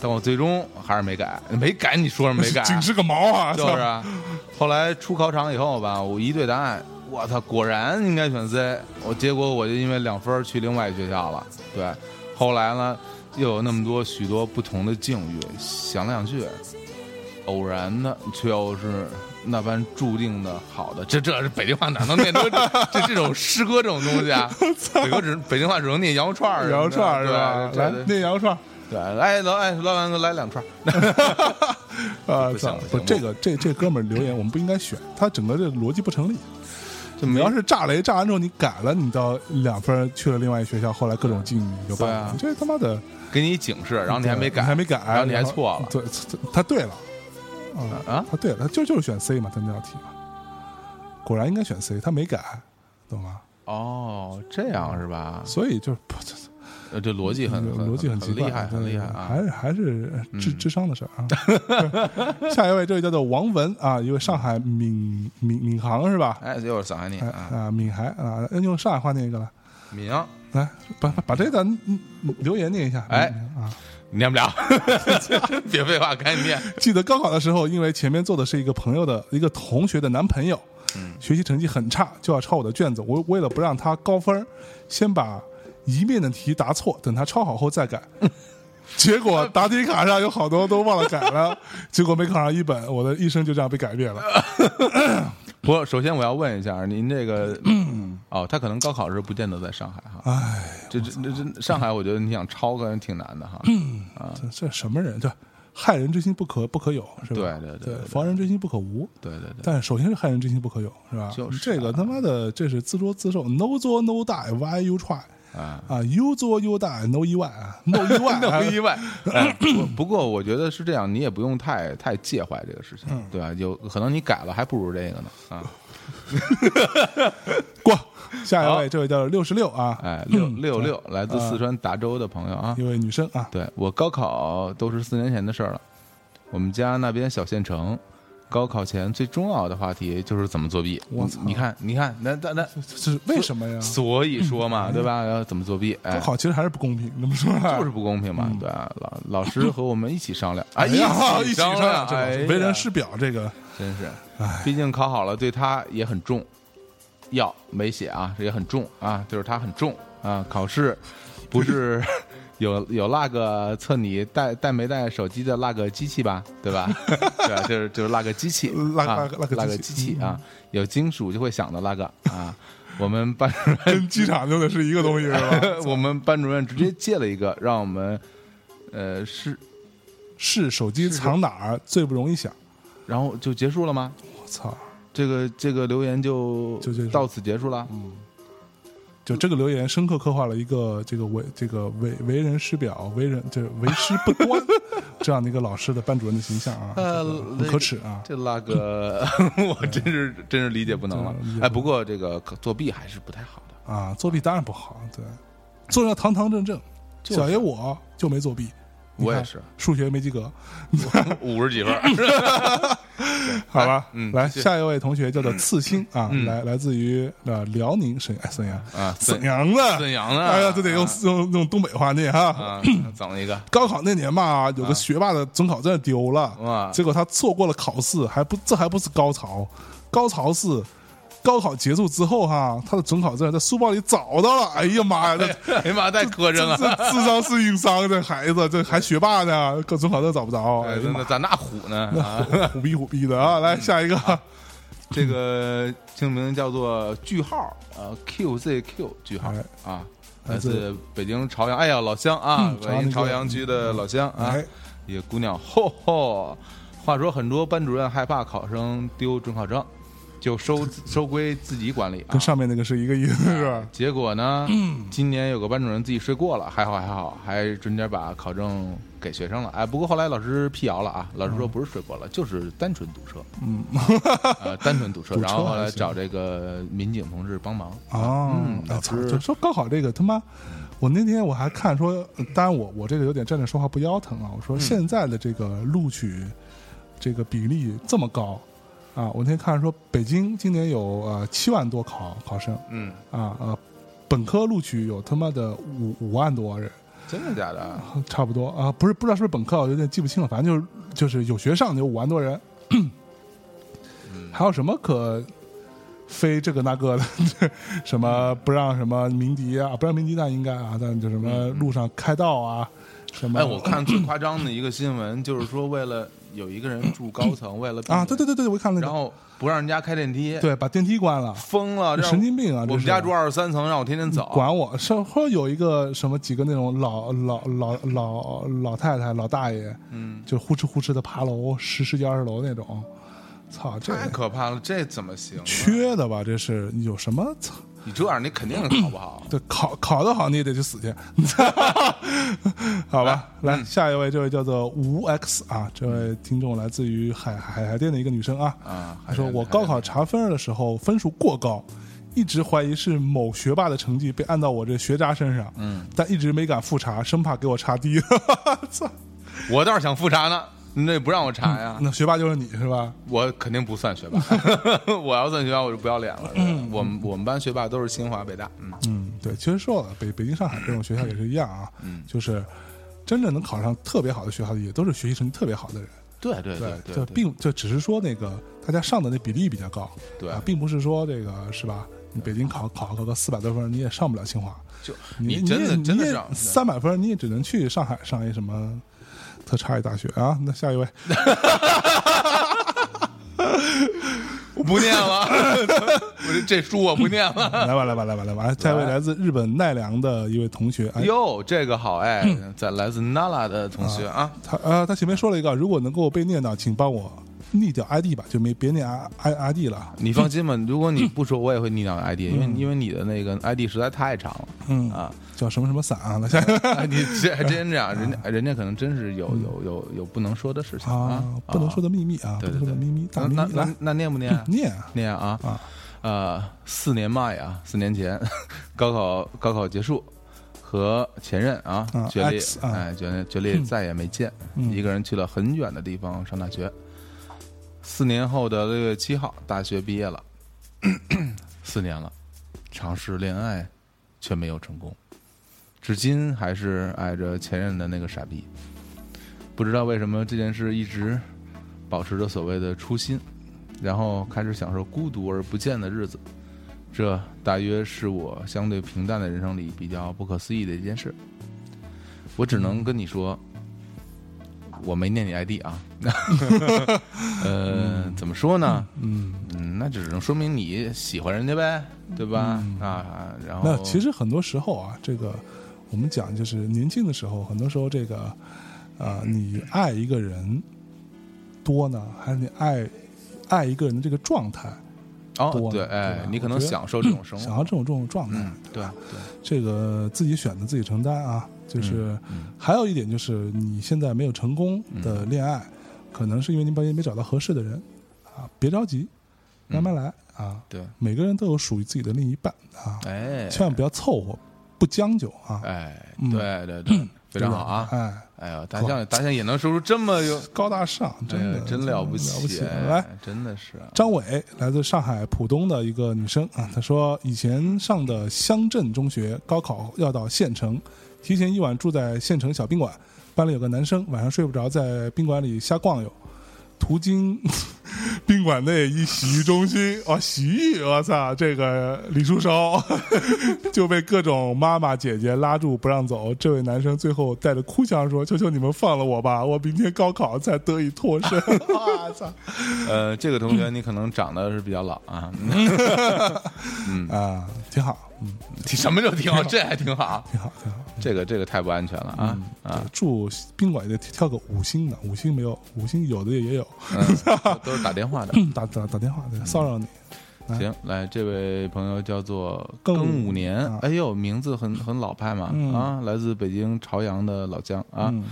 但我最终还是没改，没改，你说什么没改？ 警示个毛啊！就是啊。后来出考场以后吧，我一对答案，我操，果然应该选 C。我结果我就因为两分儿去另外一学校了。对，后来呢，又有那么多许多不同的境遇，想来想去，偶然的却又是那般注定的好的。这这北京话哪能念出 这这种诗歌这种 东西啊？北哥只北京话只能念羊肉串儿什么的，羊肉串儿是吧？对来对对那羊肉串儿。对，来老哎老板来两串儿。啊，不行操不行不，不这个这这哥们儿留言我们不应该选，他整个这逻辑不成立。就你没要是炸雷炸完之后你改了，你到两分儿去了另外一学校，后来各种境遇就办对啊了，你这他妈的，给你警示，然后你还没改，嗯你还没改，然后你还错了。对，错他对了，啊啊，他对了，他就就是选 C 嘛，他那道题嘛，果然应该选 C，他没改，懂吗？哦，这样是吧？所以就是不这呃这逻辑很这嗯逻辑很奇怪，厉害，很对厉害对啊！还是还是智智商的事儿啊。 对下一位这位叫做王文啊，一位上海闵闵闵行是吧？哎，又是上海你哎啊，啊，闵行啊，用上海话念一个来，闵阳来把把这段嗯留言念一下。哎嗯啊，念不了， 别废话，赶紧念。记得高考的时候，因为前面坐的是一个朋友的一个同学的男朋友，嗯学习成绩很差，就要抄我的卷子。我为了不让他高分儿，先把一面的题答错，等他抄好后再改。 结果答题卡上有好多都忘了改了， 结果没考上一本，我的一生就这样被改变了。不，首先我要问一下您 这个，哦，他可能高考时不见得在上海哈。哎，这这这这上海，我觉得你想超个人挺难的哈。嗯啊这这什么人？这害人之心不可不可有，是吧？对对对对对防人之心不可无。对对对，但首先是害人之心不可有，是吧？就是啊这个他妈的，这是自作自受，no 作 no die why you try 啊，you 作 you die no 意外啊，no 意外 那不意外。哎不不过我觉得是这样，你也不用太太介怀这个事嗯情，对吧？有可能你改了还不如这个呢啊。过。下一好位，这位叫六十六啊，哎，六六六，嗯来自四川达州的朋友啊一，位女生啊，对我高考都是四年前的事儿了。我们家那边小县城，高考前最重要的话题就是怎么作弊。我操你看，你看，那那那，这是为什么呀？所以说嘛，对吧？要怎么作弊？哎高，考其实还是不公平，那么说啊来就是不公平嘛，对吧？老老师和我们一起商量，哎哎呀， 一一起起商量，这哎个呀为人师表，这个真是，哎毕竟考好了对他也很重，要没写啊，这也很重啊，就是他很重啊，考试不 是有有那个测你带带没带手机的那个机器吧，对吧？ 对吧，就是就是那个机器，那个啊那个那个机机器嗯器啊，有金属就会响的那个啊，我们班主任跟机场用的是一个东西，是吧？我们班主任直接借了一个，让我们呃是， 是手机藏哪儿最不容易响？然后就结束了吗？我操！这个这个留言就就结束到此结束了。就这个留言深刻刻画了一个这个为这个为为人师表、为人这为师不端 这样的一个老师的班主任的形象啊，呃这个很可耻啊！这那个， 我真是真是理解不能了对理解。不哎，不过这个可作弊还是不太好的。啊，作弊当然不好，对，做人要堂堂正正。就是小爷我就没作弊，你我也看是，数学没及格， 五十几 分儿。好吧？嗯来继续下一位同学叫做刺心啊，来来自于呃辽宁沈哎沈阳嗯 啊沈沈阳的沈阳的哎呀，这得用啊用用东北话念哈啊，整了一 个，高考那年嘛，有个学霸的准考证丢了，哇结果他错过了考试，还不这还不是高潮，高潮是高考结束之后哈，他的准考证在书包里找到了，哎呀妈呀，这哎呀妈，太磕碜这了。这智商是硬伤，这孩子这还学霸呢，准考证找不着，哎 哎呀真妈的，咋那虎呢？啊，虎逼虎逼的 啊！来下一个，这个姓名叫做句号，呃，QZQ 句号啊，来来自自北京朝阳，哎呀，老乡啊嗯，北京朝阳区的老乡啊哎，一个姑娘，吼吼。话说很多班主任害怕考生丢准考证，就收收归自己管理啊跟。上嗯面那个是一个意思啊是吧？结果呢，今年有个班主任自己睡过了，还好还好，还准点把考证给学生了。哎，不过后来老师辟谣了啊，老嗯师说不是睡过了，就是单纯堵车，嗯， 呃，单纯堵 车，堵车然后后还来行找这个民警同志帮忙。哦，嗯哎老操师就说高考这个他妈，我那天我还看说，呃当然我我这个有点站着说话嗯不腰疼啊。我说现在的这个录取这个比例这么高，啊，我那天看说北京今年有呃七万多考考生嗯，啊，呃，本科录取有他妈的五五万多人，真的假的？差不多啊，不是不知道是不是本科，我有点记不清了，反正就是就是有学上的有五万多人，嗯还有什么可非这个那个的， 什么不让什么鸣笛啊，不让鸣笛那应该啊，但就什么路上开道啊，什么哎，我看最夸张的一个新闻，就是说为了有一个人住高层，为了避免啊，对对对对，我看了、那然个，后哦不让人家开电梯，，对，把电梯关了。疯了，这样神经病啊这我们是嗯家住二十三层，让我天天走，管我是或者有一个什么几个那种老老老老老太太老大爷，嗯，就呼哧呼哧的爬楼，十十几二十楼那种，操，这太可怕了，这怎么行啊？缺的吧？这是有什么？操。你这样，你肯定考不好这考考得好，你也得去 死去，好吧？来，下一位，这位叫做吴 X 啊，这位听众来自于海海海淀的一个女生啊，啊她说海淀我海淀高考查分儿的时候分数过高，一直怀疑是某学霸的成绩被按到我这学渣身上，嗯，但一直没敢复查，生怕给我查低， 操，我倒是想复查呢，你这不让我查呀，那学霸就是你是吧？我肯定不算学霸。我要算学霸，我就不要脸了。我们我们班学霸都是清华北大，嗯，嗯，对，其实说了，北北京、上海这种学校也是一样啊，嗯就是真正能考上特别好的学校的，也都是学习成绩特别好的人。对对就并就只是说那个大家上的那比例比较高，对啊，并不是说这个是吧？你北京考考考个四百多分，你也上不了清华，就你你真的真的是让三百分，你也只能去上海上一什么特差一大学啊。那下一位，我不念了，我这这书我不念了。来吧来吧来吧来吧，下一位来来自日本奈良的一位同学，哎，哟，这个好哎，在来自 Nala 的同学啊，他呃，他前面说了一个，如果能够被念到，请帮我逆掉 ID 吧，就没别念 I I D 了。你放心吧， 如果你不说，我也会逆到 ID，因为因为你的那个 ID 实在太长了，嗯啊，叫什么什么伞啊？来下一位哎你这还真这样，人家人家可能真是有有有有不能说的事 情啊，不能说的秘密啊，不对能对说的对，秘密，大那秘那密那来那念不念啊？念啊。念啊啊，呃，四年前呀，四年前 高考高考结束，和前任啊啊决裂 X，，啊嗯哎决裂决裂再也没见，一个人去了很远的地方上大学。四年后的六月七号，大学毕业了， 四年了，尝试恋爱却没有成功，至今还是爱着前任的那个傻逼。不知道为什么这件事一直保持着所谓的初心，然后开始享受孤独而不见的日子。这大约是我相对平淡的人生里比较不可思议的一件事。我只能跟你说，我没念你 ID 啊。 呃，怎么说呢？嗯，嗯，那只能说明你喜欢人家呗，对吧？啊，然后嗯那其实很多时候啊，这个我们讲就是年轻的时候，很多时候这个啊、呃你爱一个人多呢，还是你爱爱一个人的这个状态，哦多，对，呢对哎吧，你可我能觉得享受这种生想要活这，种这种状态，嗯，对对，这个自己选择自己承担啊。就是、嗯还有一点就是，你现在没有成功的恋爱，可能是因为你没没找到合适的人啊，别着急，慢慢来、啊。对，每个人都有属于自己的另一半啊，哎，千万不要凑合，不将就啊。哎，嗯对对 对，非常好啊！哎，哎呦，大象大象也能说出这么有，高大上，哎真呀的，真了不了不起！哎来，真的是啊 张伟来自上海浦东的一个女生啊，她说以前上的乡镇中学，高考要到县城，提前一晚住在县城小宾馆，班里有个男生晚上睡不着，在宾馆里瞎逛悠。途经 宾馆内一洗浴中心，啊、洗浴，我操，这个李叔烧 就被各种妈妈姐姐拉住不让走。这位男生最后带着哭腔说：“求求你们放了我吧，我明天高考才得以脱身。”我操！呃，这个同学你可能长得是比较老啊，啊，挺好，嗯， 什么就挺好，这还挺 好。挺好，挺好。这个这个太不安全了啊嗯 啊！住宾馆得挑个五星的，五星没有，五星有的也有。嗯都是打电话的。打打打电话对骚扰你，行，来，这位朋友叫做庚庚午午年啊，哎呦，名字很很老派嘛嗯啊，来自北京朝阳的老姜啊。嗯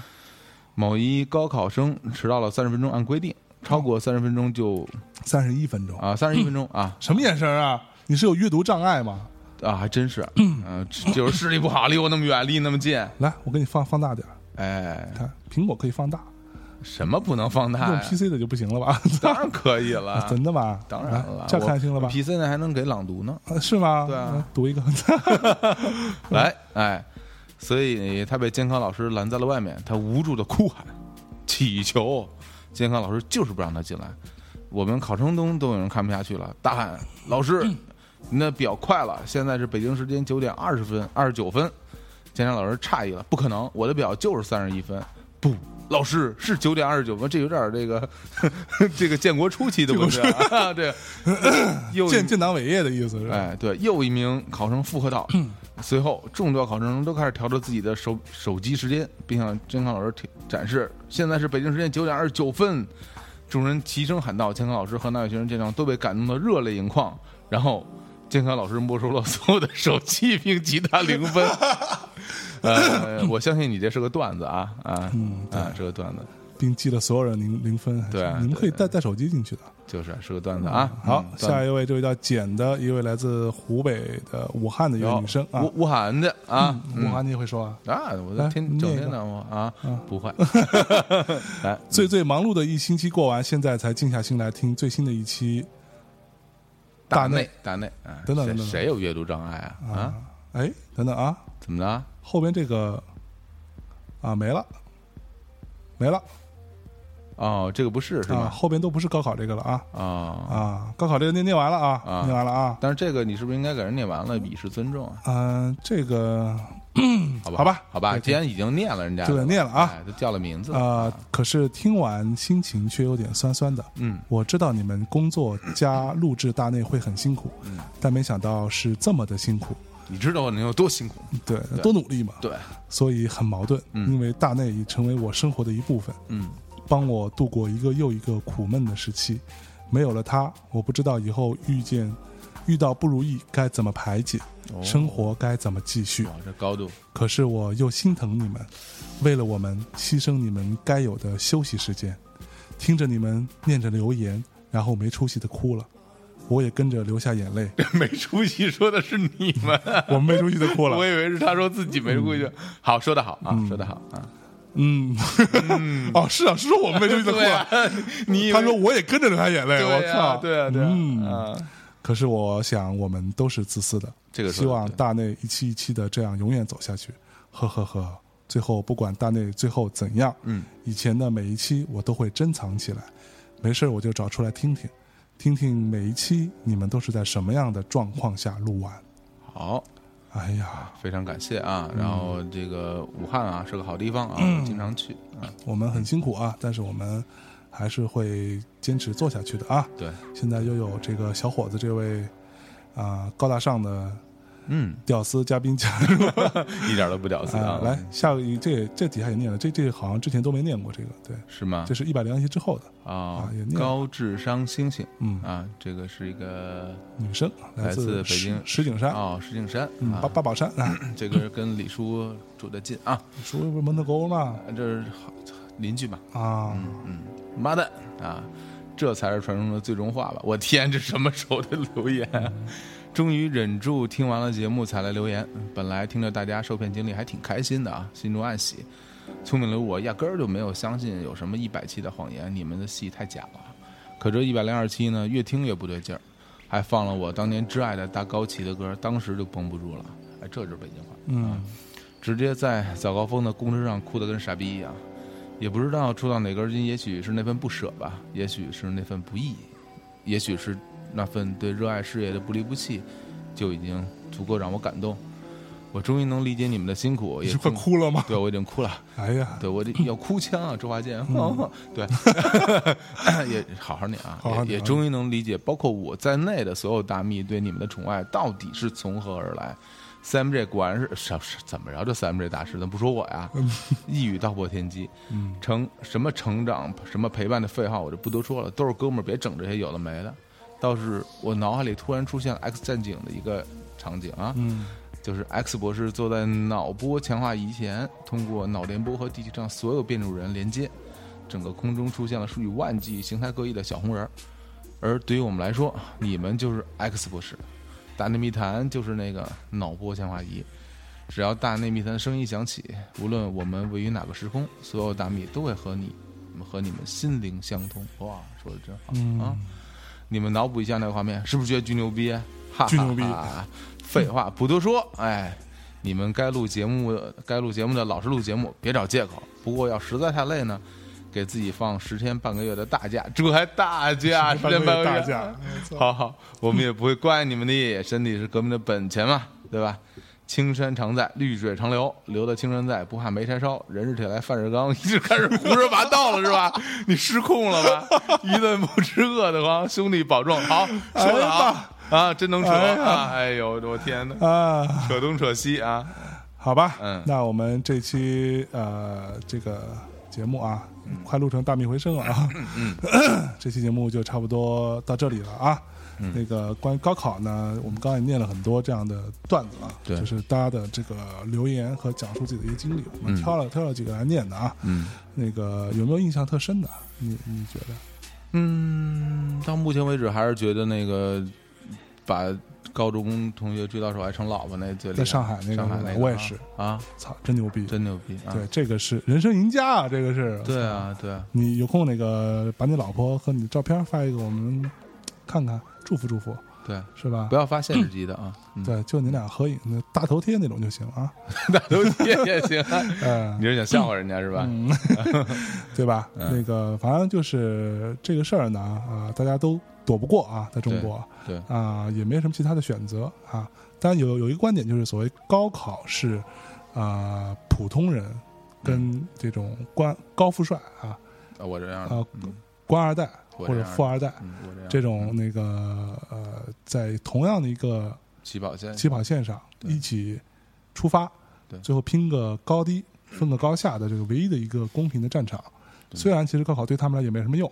某一高考生迟到了三十分钟，按规定超过三十分钟就三十一分钟，啊三十一分钟啊什么眼神啊？你是有阅读障碍吗？啊，还真是，嗯、 就是视力不好，离我那么远，离你那么近，来，我给你放放大点儿，哎，看苹果可以放大，什么不能放大用呀？ PC 的就不行了吧？，当然可以了 真的吗？啊当然了啊，这样看清了吧我？PC 那还能给朗读呢。啊是吗？对啊嗯，读 一个。来，哎，所以他被监考老师拦在了外面，他无助的哭喊、祈求，监考老师就是不让他进来。我们考生中都有人看不下去了，大喊：“老师，你那表快了！现在是北京时间九点二十分、二十九分。”监考老师诧异了：“不可能，我的表就是三十一分。”不。老师是九点二十九分，这有点儿这个 这个建国初期的文章 啊，对，又一建建党伟业的意思是吧？哎，对，又一名考生附和道。嗯随后，众多考生都开始调着自己的手手机时间，并向监考老师提展示，现在是北京时间九点二十九分。众人齐声喊道：“监考老师和那位学生见状都被感动得热泪盈眶。”然后，监考老师没收了所有的手机，并给他零分。呃，我相信你这是个段子啊啊、嗯啊，是个段子，并记了所有人零零分。对啊你们可以带带手机进去的。就是是个段子啊。好，嗯段下子一位这位叫简的一位来自湖北的武汉的一位女生啊，吴吴涵的啊，武汉你也会说啊？啊，我来都天整念一天个的我啊，不会。来，最最忙碌的一星期过完，现在才静下心来听最新的一期。 大内内大内啊，等等谁等等谁有阅读障碍啊？啊，哎，等等啊，怎么了？后边这个啊没了，没了哦，这个不是是啊，吧？后边都不是高考这个了啊哦，啊，高考这个念念完了啊，啊念完了啊，但是这个你是不是应该给人念完了，以示尊重啊？嗯、这个好嗯吧，好吧好吧，既然已经念了人家的就了，得念了啊哎，都叫了名字了呃，可是听完心情却有点酸酸的。嗯，我知道你们工作加录制大内会很辛苦，嗯但没想到是这么的辛苦。你知道你有多辛苦？对，多努力嘛。对，所以很矛盾，因为大内已成为我生活的一部分，嗯，帮我度过一个又一个苦闷的时期。没有了它，我不知道以后遇见遇到不如意该怎么排解，哦生活该怎么继续哇。，这高度， 可是我又心疼你们，为了我们牺牲你们该有的休息时间，听着你们念着留言，然后没出息的哭了，我也跟着流下眼 泪，没出息说的是你们， 我们没出息的哭了我。以为是他说自己没出息。好，说的好啊，说的好啊。嗯， 哦，是啊，是说我们没出息的哭对了啊。，你以为他说我也跟着流下眼泪，对我啊靠，对啊，对啊，嗯啊可是我想，我们都是自私的，这个说希得望对大内一期一期的这样永远走下去。呵呵呵，最后不管大内最后怎样，嗯，以前的每一期我都会珍藏起来，没事儿我就找出来听听，听听每一期你们都是在什么样的状况下录完。好，哎呀，非常感谢啊。嗯然后这个武汉啊是个好地方啊，我经常去啊。我们很辛苦啊，但是我们还是会坚持做下去的啊。对，现在又有这个小伙子这位啊、高大上的嗯，屌丝嘉宾 加入。 一点都不屌丝啊啊，，来下一这这底下也念了，这这好像之前都没念过这个，对，是吗这？是一百零一之后的啊啊也念，了高智商星星，嗯啊，这个是一个女生，来自自北石京石景山，哦，石景山嗯，八啊，八宝山啊，这个跟李叔住得近啊，属于不是蒙特沟嘛啊这是好邻居嘛，啊，嗯，妈蛋啊，这才是传说中的最终话吧？我天，这什么时候的留言嗯啊？终于忍住听完了节目才来留言。本来听着大家受骗经历还挺开心的啊，心中暗喜。聪明的我压根儿就没有相信有什么一百期的谎言，你们的戏太假了。可这一百零二期呢，越听越不对劲儿，还放了我当年挚爱的大高旗的歌，当时就绷不住了。哎，这就是北京话。嗯，直接在早高峰的公车上哭得跟傻逼一样，也不知道触到哪根筋，也许是那份不舍吧，也许是那份不易，也许是那份对热爱事业的不离不弃，就已经足够让我感动。我终于能理解你们的辛苦，你也是快终，哭了吗？对我已经哭了，哎呀，对我得要哭腔啊，周华健， 对， 也好好念啊，好好念也也终于能理解，包括我在内的所有大蜜对你们的宠爱到底是从何而来。Sam J 果然是什是怎么着？这 Sam J 大师，怎么不说我 呀？一语道破天机，嗯成什么成长，什么陪伴的废话，我就不多说了。都是哥们儿，别整这些有的没的。倒是我脑海里突然出现了《X 战警》的一个场景啊，嗯就是 X 博士坐在脑波强化仪前，通过脑电波和地球上所有变种人连接，整个空中出现了数以万计、形态各异的小红人儿。而对于我们来说，你们就是 X 博士，大内密谈就是那个脑波强化仪。只要大内密谈的声音响起，无论我们位于哪个时空，所有大密都会和你和你们心灵相通。哇，说的真好、嗯啊！你们脑补一下那个画面，是不是觉得巨牛逼？哈哈巨牛逼哈！废话不多说，哎，你们该录节目的，该录节目的老是录节目，别找借口。不过要实在太累呢，给自己放十天半个月的大假，这还大假，十天半个月大家，好好，我们也不会怪你们的，身体是革命的本钱嘛，对吧？青山常在，绿水长流，留得青山在，不怕没柴烧。人是铁来，饭是钢，一直开始胡说八道了是 吧？你失控了吧？一顿不吃饿得慌，兄弟保重。好，说得好、啊，真能扯、哎呀啊！哎呦，我天哪，啊，扯东扯西啊！好吧，嗯那我们这期呃这个节目啊，嗯快录成大米回声了啊， 这期节目就差不多到这里了啊。嗯那个关于高考呢，我们刚才也念了很多这样的段子啊，对就是大家的这个留言和讲述自己的一些经历，我们挑了、挑了几个来念的啊。嗯那个有没有印象特深的？你你觉得？嗯，到目前为止还是觉得那个把高中同学追到手还成老婆那最厉在害上海那个上海是吧那个啊，我也是啊，操，真牛逼！真牛逼啊！对，这个是人生赢家啊，这个是。对啊，对啊，你有空那个把你老婆和你的照片发一个，我们看看，祝福祝福，对啊，是吧不？要发现实级的啊，嗯，对，就你俩合影，那大头贴那种就行啊，大头贴也行。啊嗯、你是想笑话人家是吧？对吧？那个反正就是这个事儿呢，啊、大家都躲不过啊，在中国啊、对，也没什么其他的选择啊。但有有一个观点就是，所谓高考是啊、普通人跟这种官高富帅啊，啊我这样的啊，嗯官二代我或这者样富二代。嗯我这样这种那个呃，在同样的一个起跑线，起跑线上对一起出发，对嗯最后拼个高低、分个高下的这个唯一的一个公平的战场。虽然其实高考对他们来也没什么 用，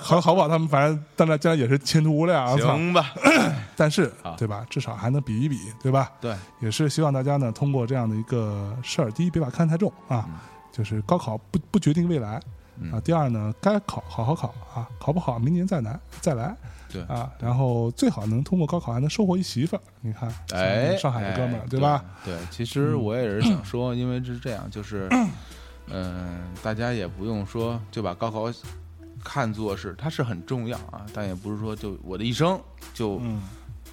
好 好不好，他们反正当然将来也是前途无量啊，操行吧？但是好对吧，至少还能比一比，对吧？对，也是希望大家呢，通过这样的一个事儿，第一别把它看太重啊，嗯就是高考不不决定未来啊。第二呢，该考好好考啊，考不好明年再来再来。对啊，然后最好能通过高考还能收获一媳妇儿，你看，哎，上海的哥们儿哎对吧？？嗯对，其实我也是想说，因为是这 样，就是，嗯，大家也不用说就把高考看作是它是很重要啊，但也不是说就我的一生就嗯，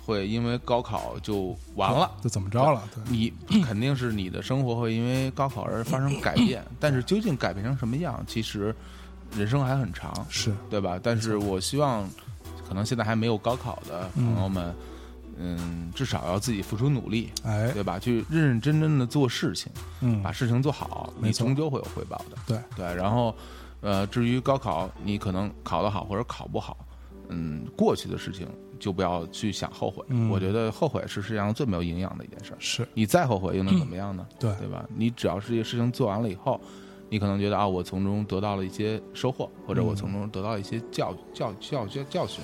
会因为高考就完了。这怎么着了？对， 你肯定是你的生活会因为高考而发生 改变，但是究竟改变成什么样，其实人生还很长，是对吧？但是我希望，可能现在还没有高考的朋友们，嗯，至少要自己付出努力，哎，对吧？去认认真真的做事情，嗯把，事情做好，没你错终究会有回报的。对，对，然后，呃，至于高考，你可能考得好或者考不好，嗯，过去的事情就不要去想后悔。嗯我觉得后悔是世界上最没有营养的一件事儿。是你再后悔又能怎么样呢？对对吧？你只要是这个事情做完了以后，你可能觉得啊，我从中得到了一些收获，或者我从中得到了一些教教教教教训，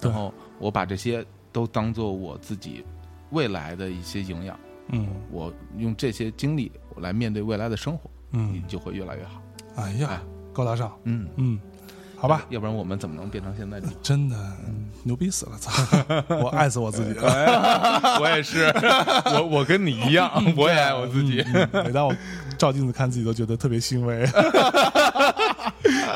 对然后我把这些都当做我自己未来的一些营养，嗯我用这些经历来面对未来的生活，你嗯，就会越来越好。哎呀哎，高大上，嗯，嗯，好吧，要不然我们怎么能变成现 在这样？真的嗯牛逼死了，操， 我爱死我自己 哎了。我也是，我我跟你一样， 我也爱我自己。嗯嗯每当我照镜子看自己，都觉得特别欣 慰。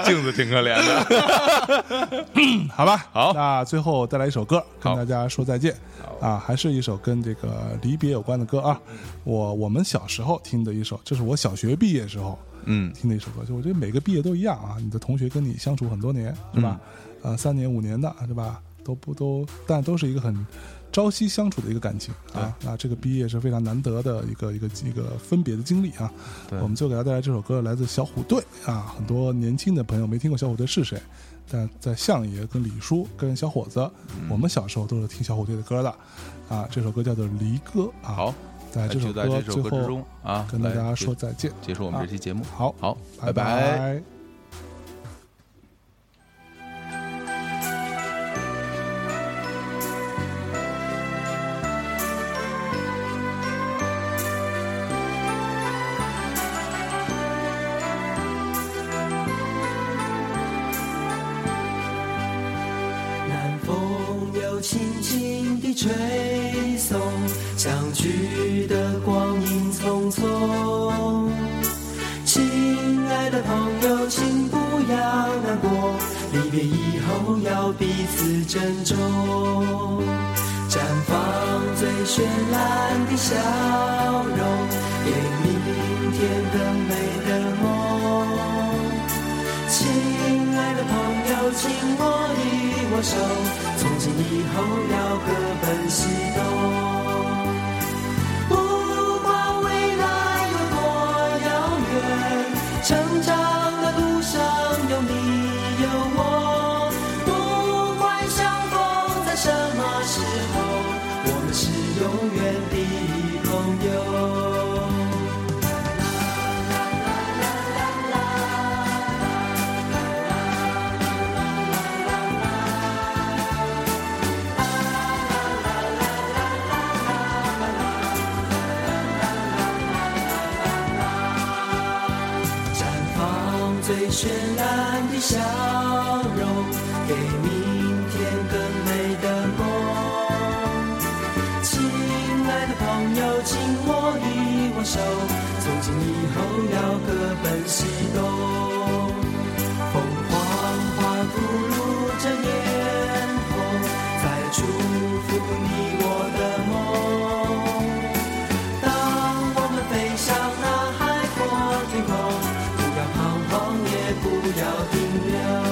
镜子挺可怜的，好吧，好那最后带来一首歌，跟好大家说再见。啊，还是一首跟这个离别有关的歌啊。我我们小时候听的一首，这是我小学毕业时候嗯，听的一首歌。就我觉得每个毕业都一样啊，你的同学跟你相处很多年，是吧？嗯呃，三年五年的，是吧？都不都，但都是一个很朝夕相处的一个感情啊。那这个毕业是非常难得的一个一个一个分别的经历啊。对我们最后给大家带来这首歌，来自小虎队啊。很多年轻的朋友没听过小虎队是谁，但在相爷跟李叔跟小伙子，嗯我们小时候都是听小虎队的歌的啊。这首歌叫做《离歌》啊。好，在那这首就在歌这最首歌之中后啊，跟大来家结说再见。结束我们这期节目。好，好，拜拜拜南风又轻轻地吹送，相聚的光阴匆匆。亲爱的朋友，请不要难过，离别以后要彼此珍重。绽放最绚烂的笑容，给明天更美的梦。亲爱的朋友，请握一握手，从今以后要各奔西东。不管未来有多遥远，成长的路上有你有我。不管相逢在什么时候，我们是永远的朋友。绽放最绚烂的笑容，给明天更美的梦。亲爱的朋友，请握一握手，从今以后要各奔西东。凤凰花吐露着烟火，在祝福你我的梦。当我们飞向那海阔天空，不要彷徨，也不要停留。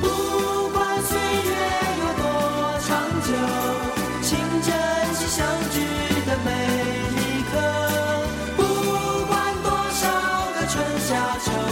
不管岁月有多长久，请珍惜相聚的每一刻。不管多少个春夏秋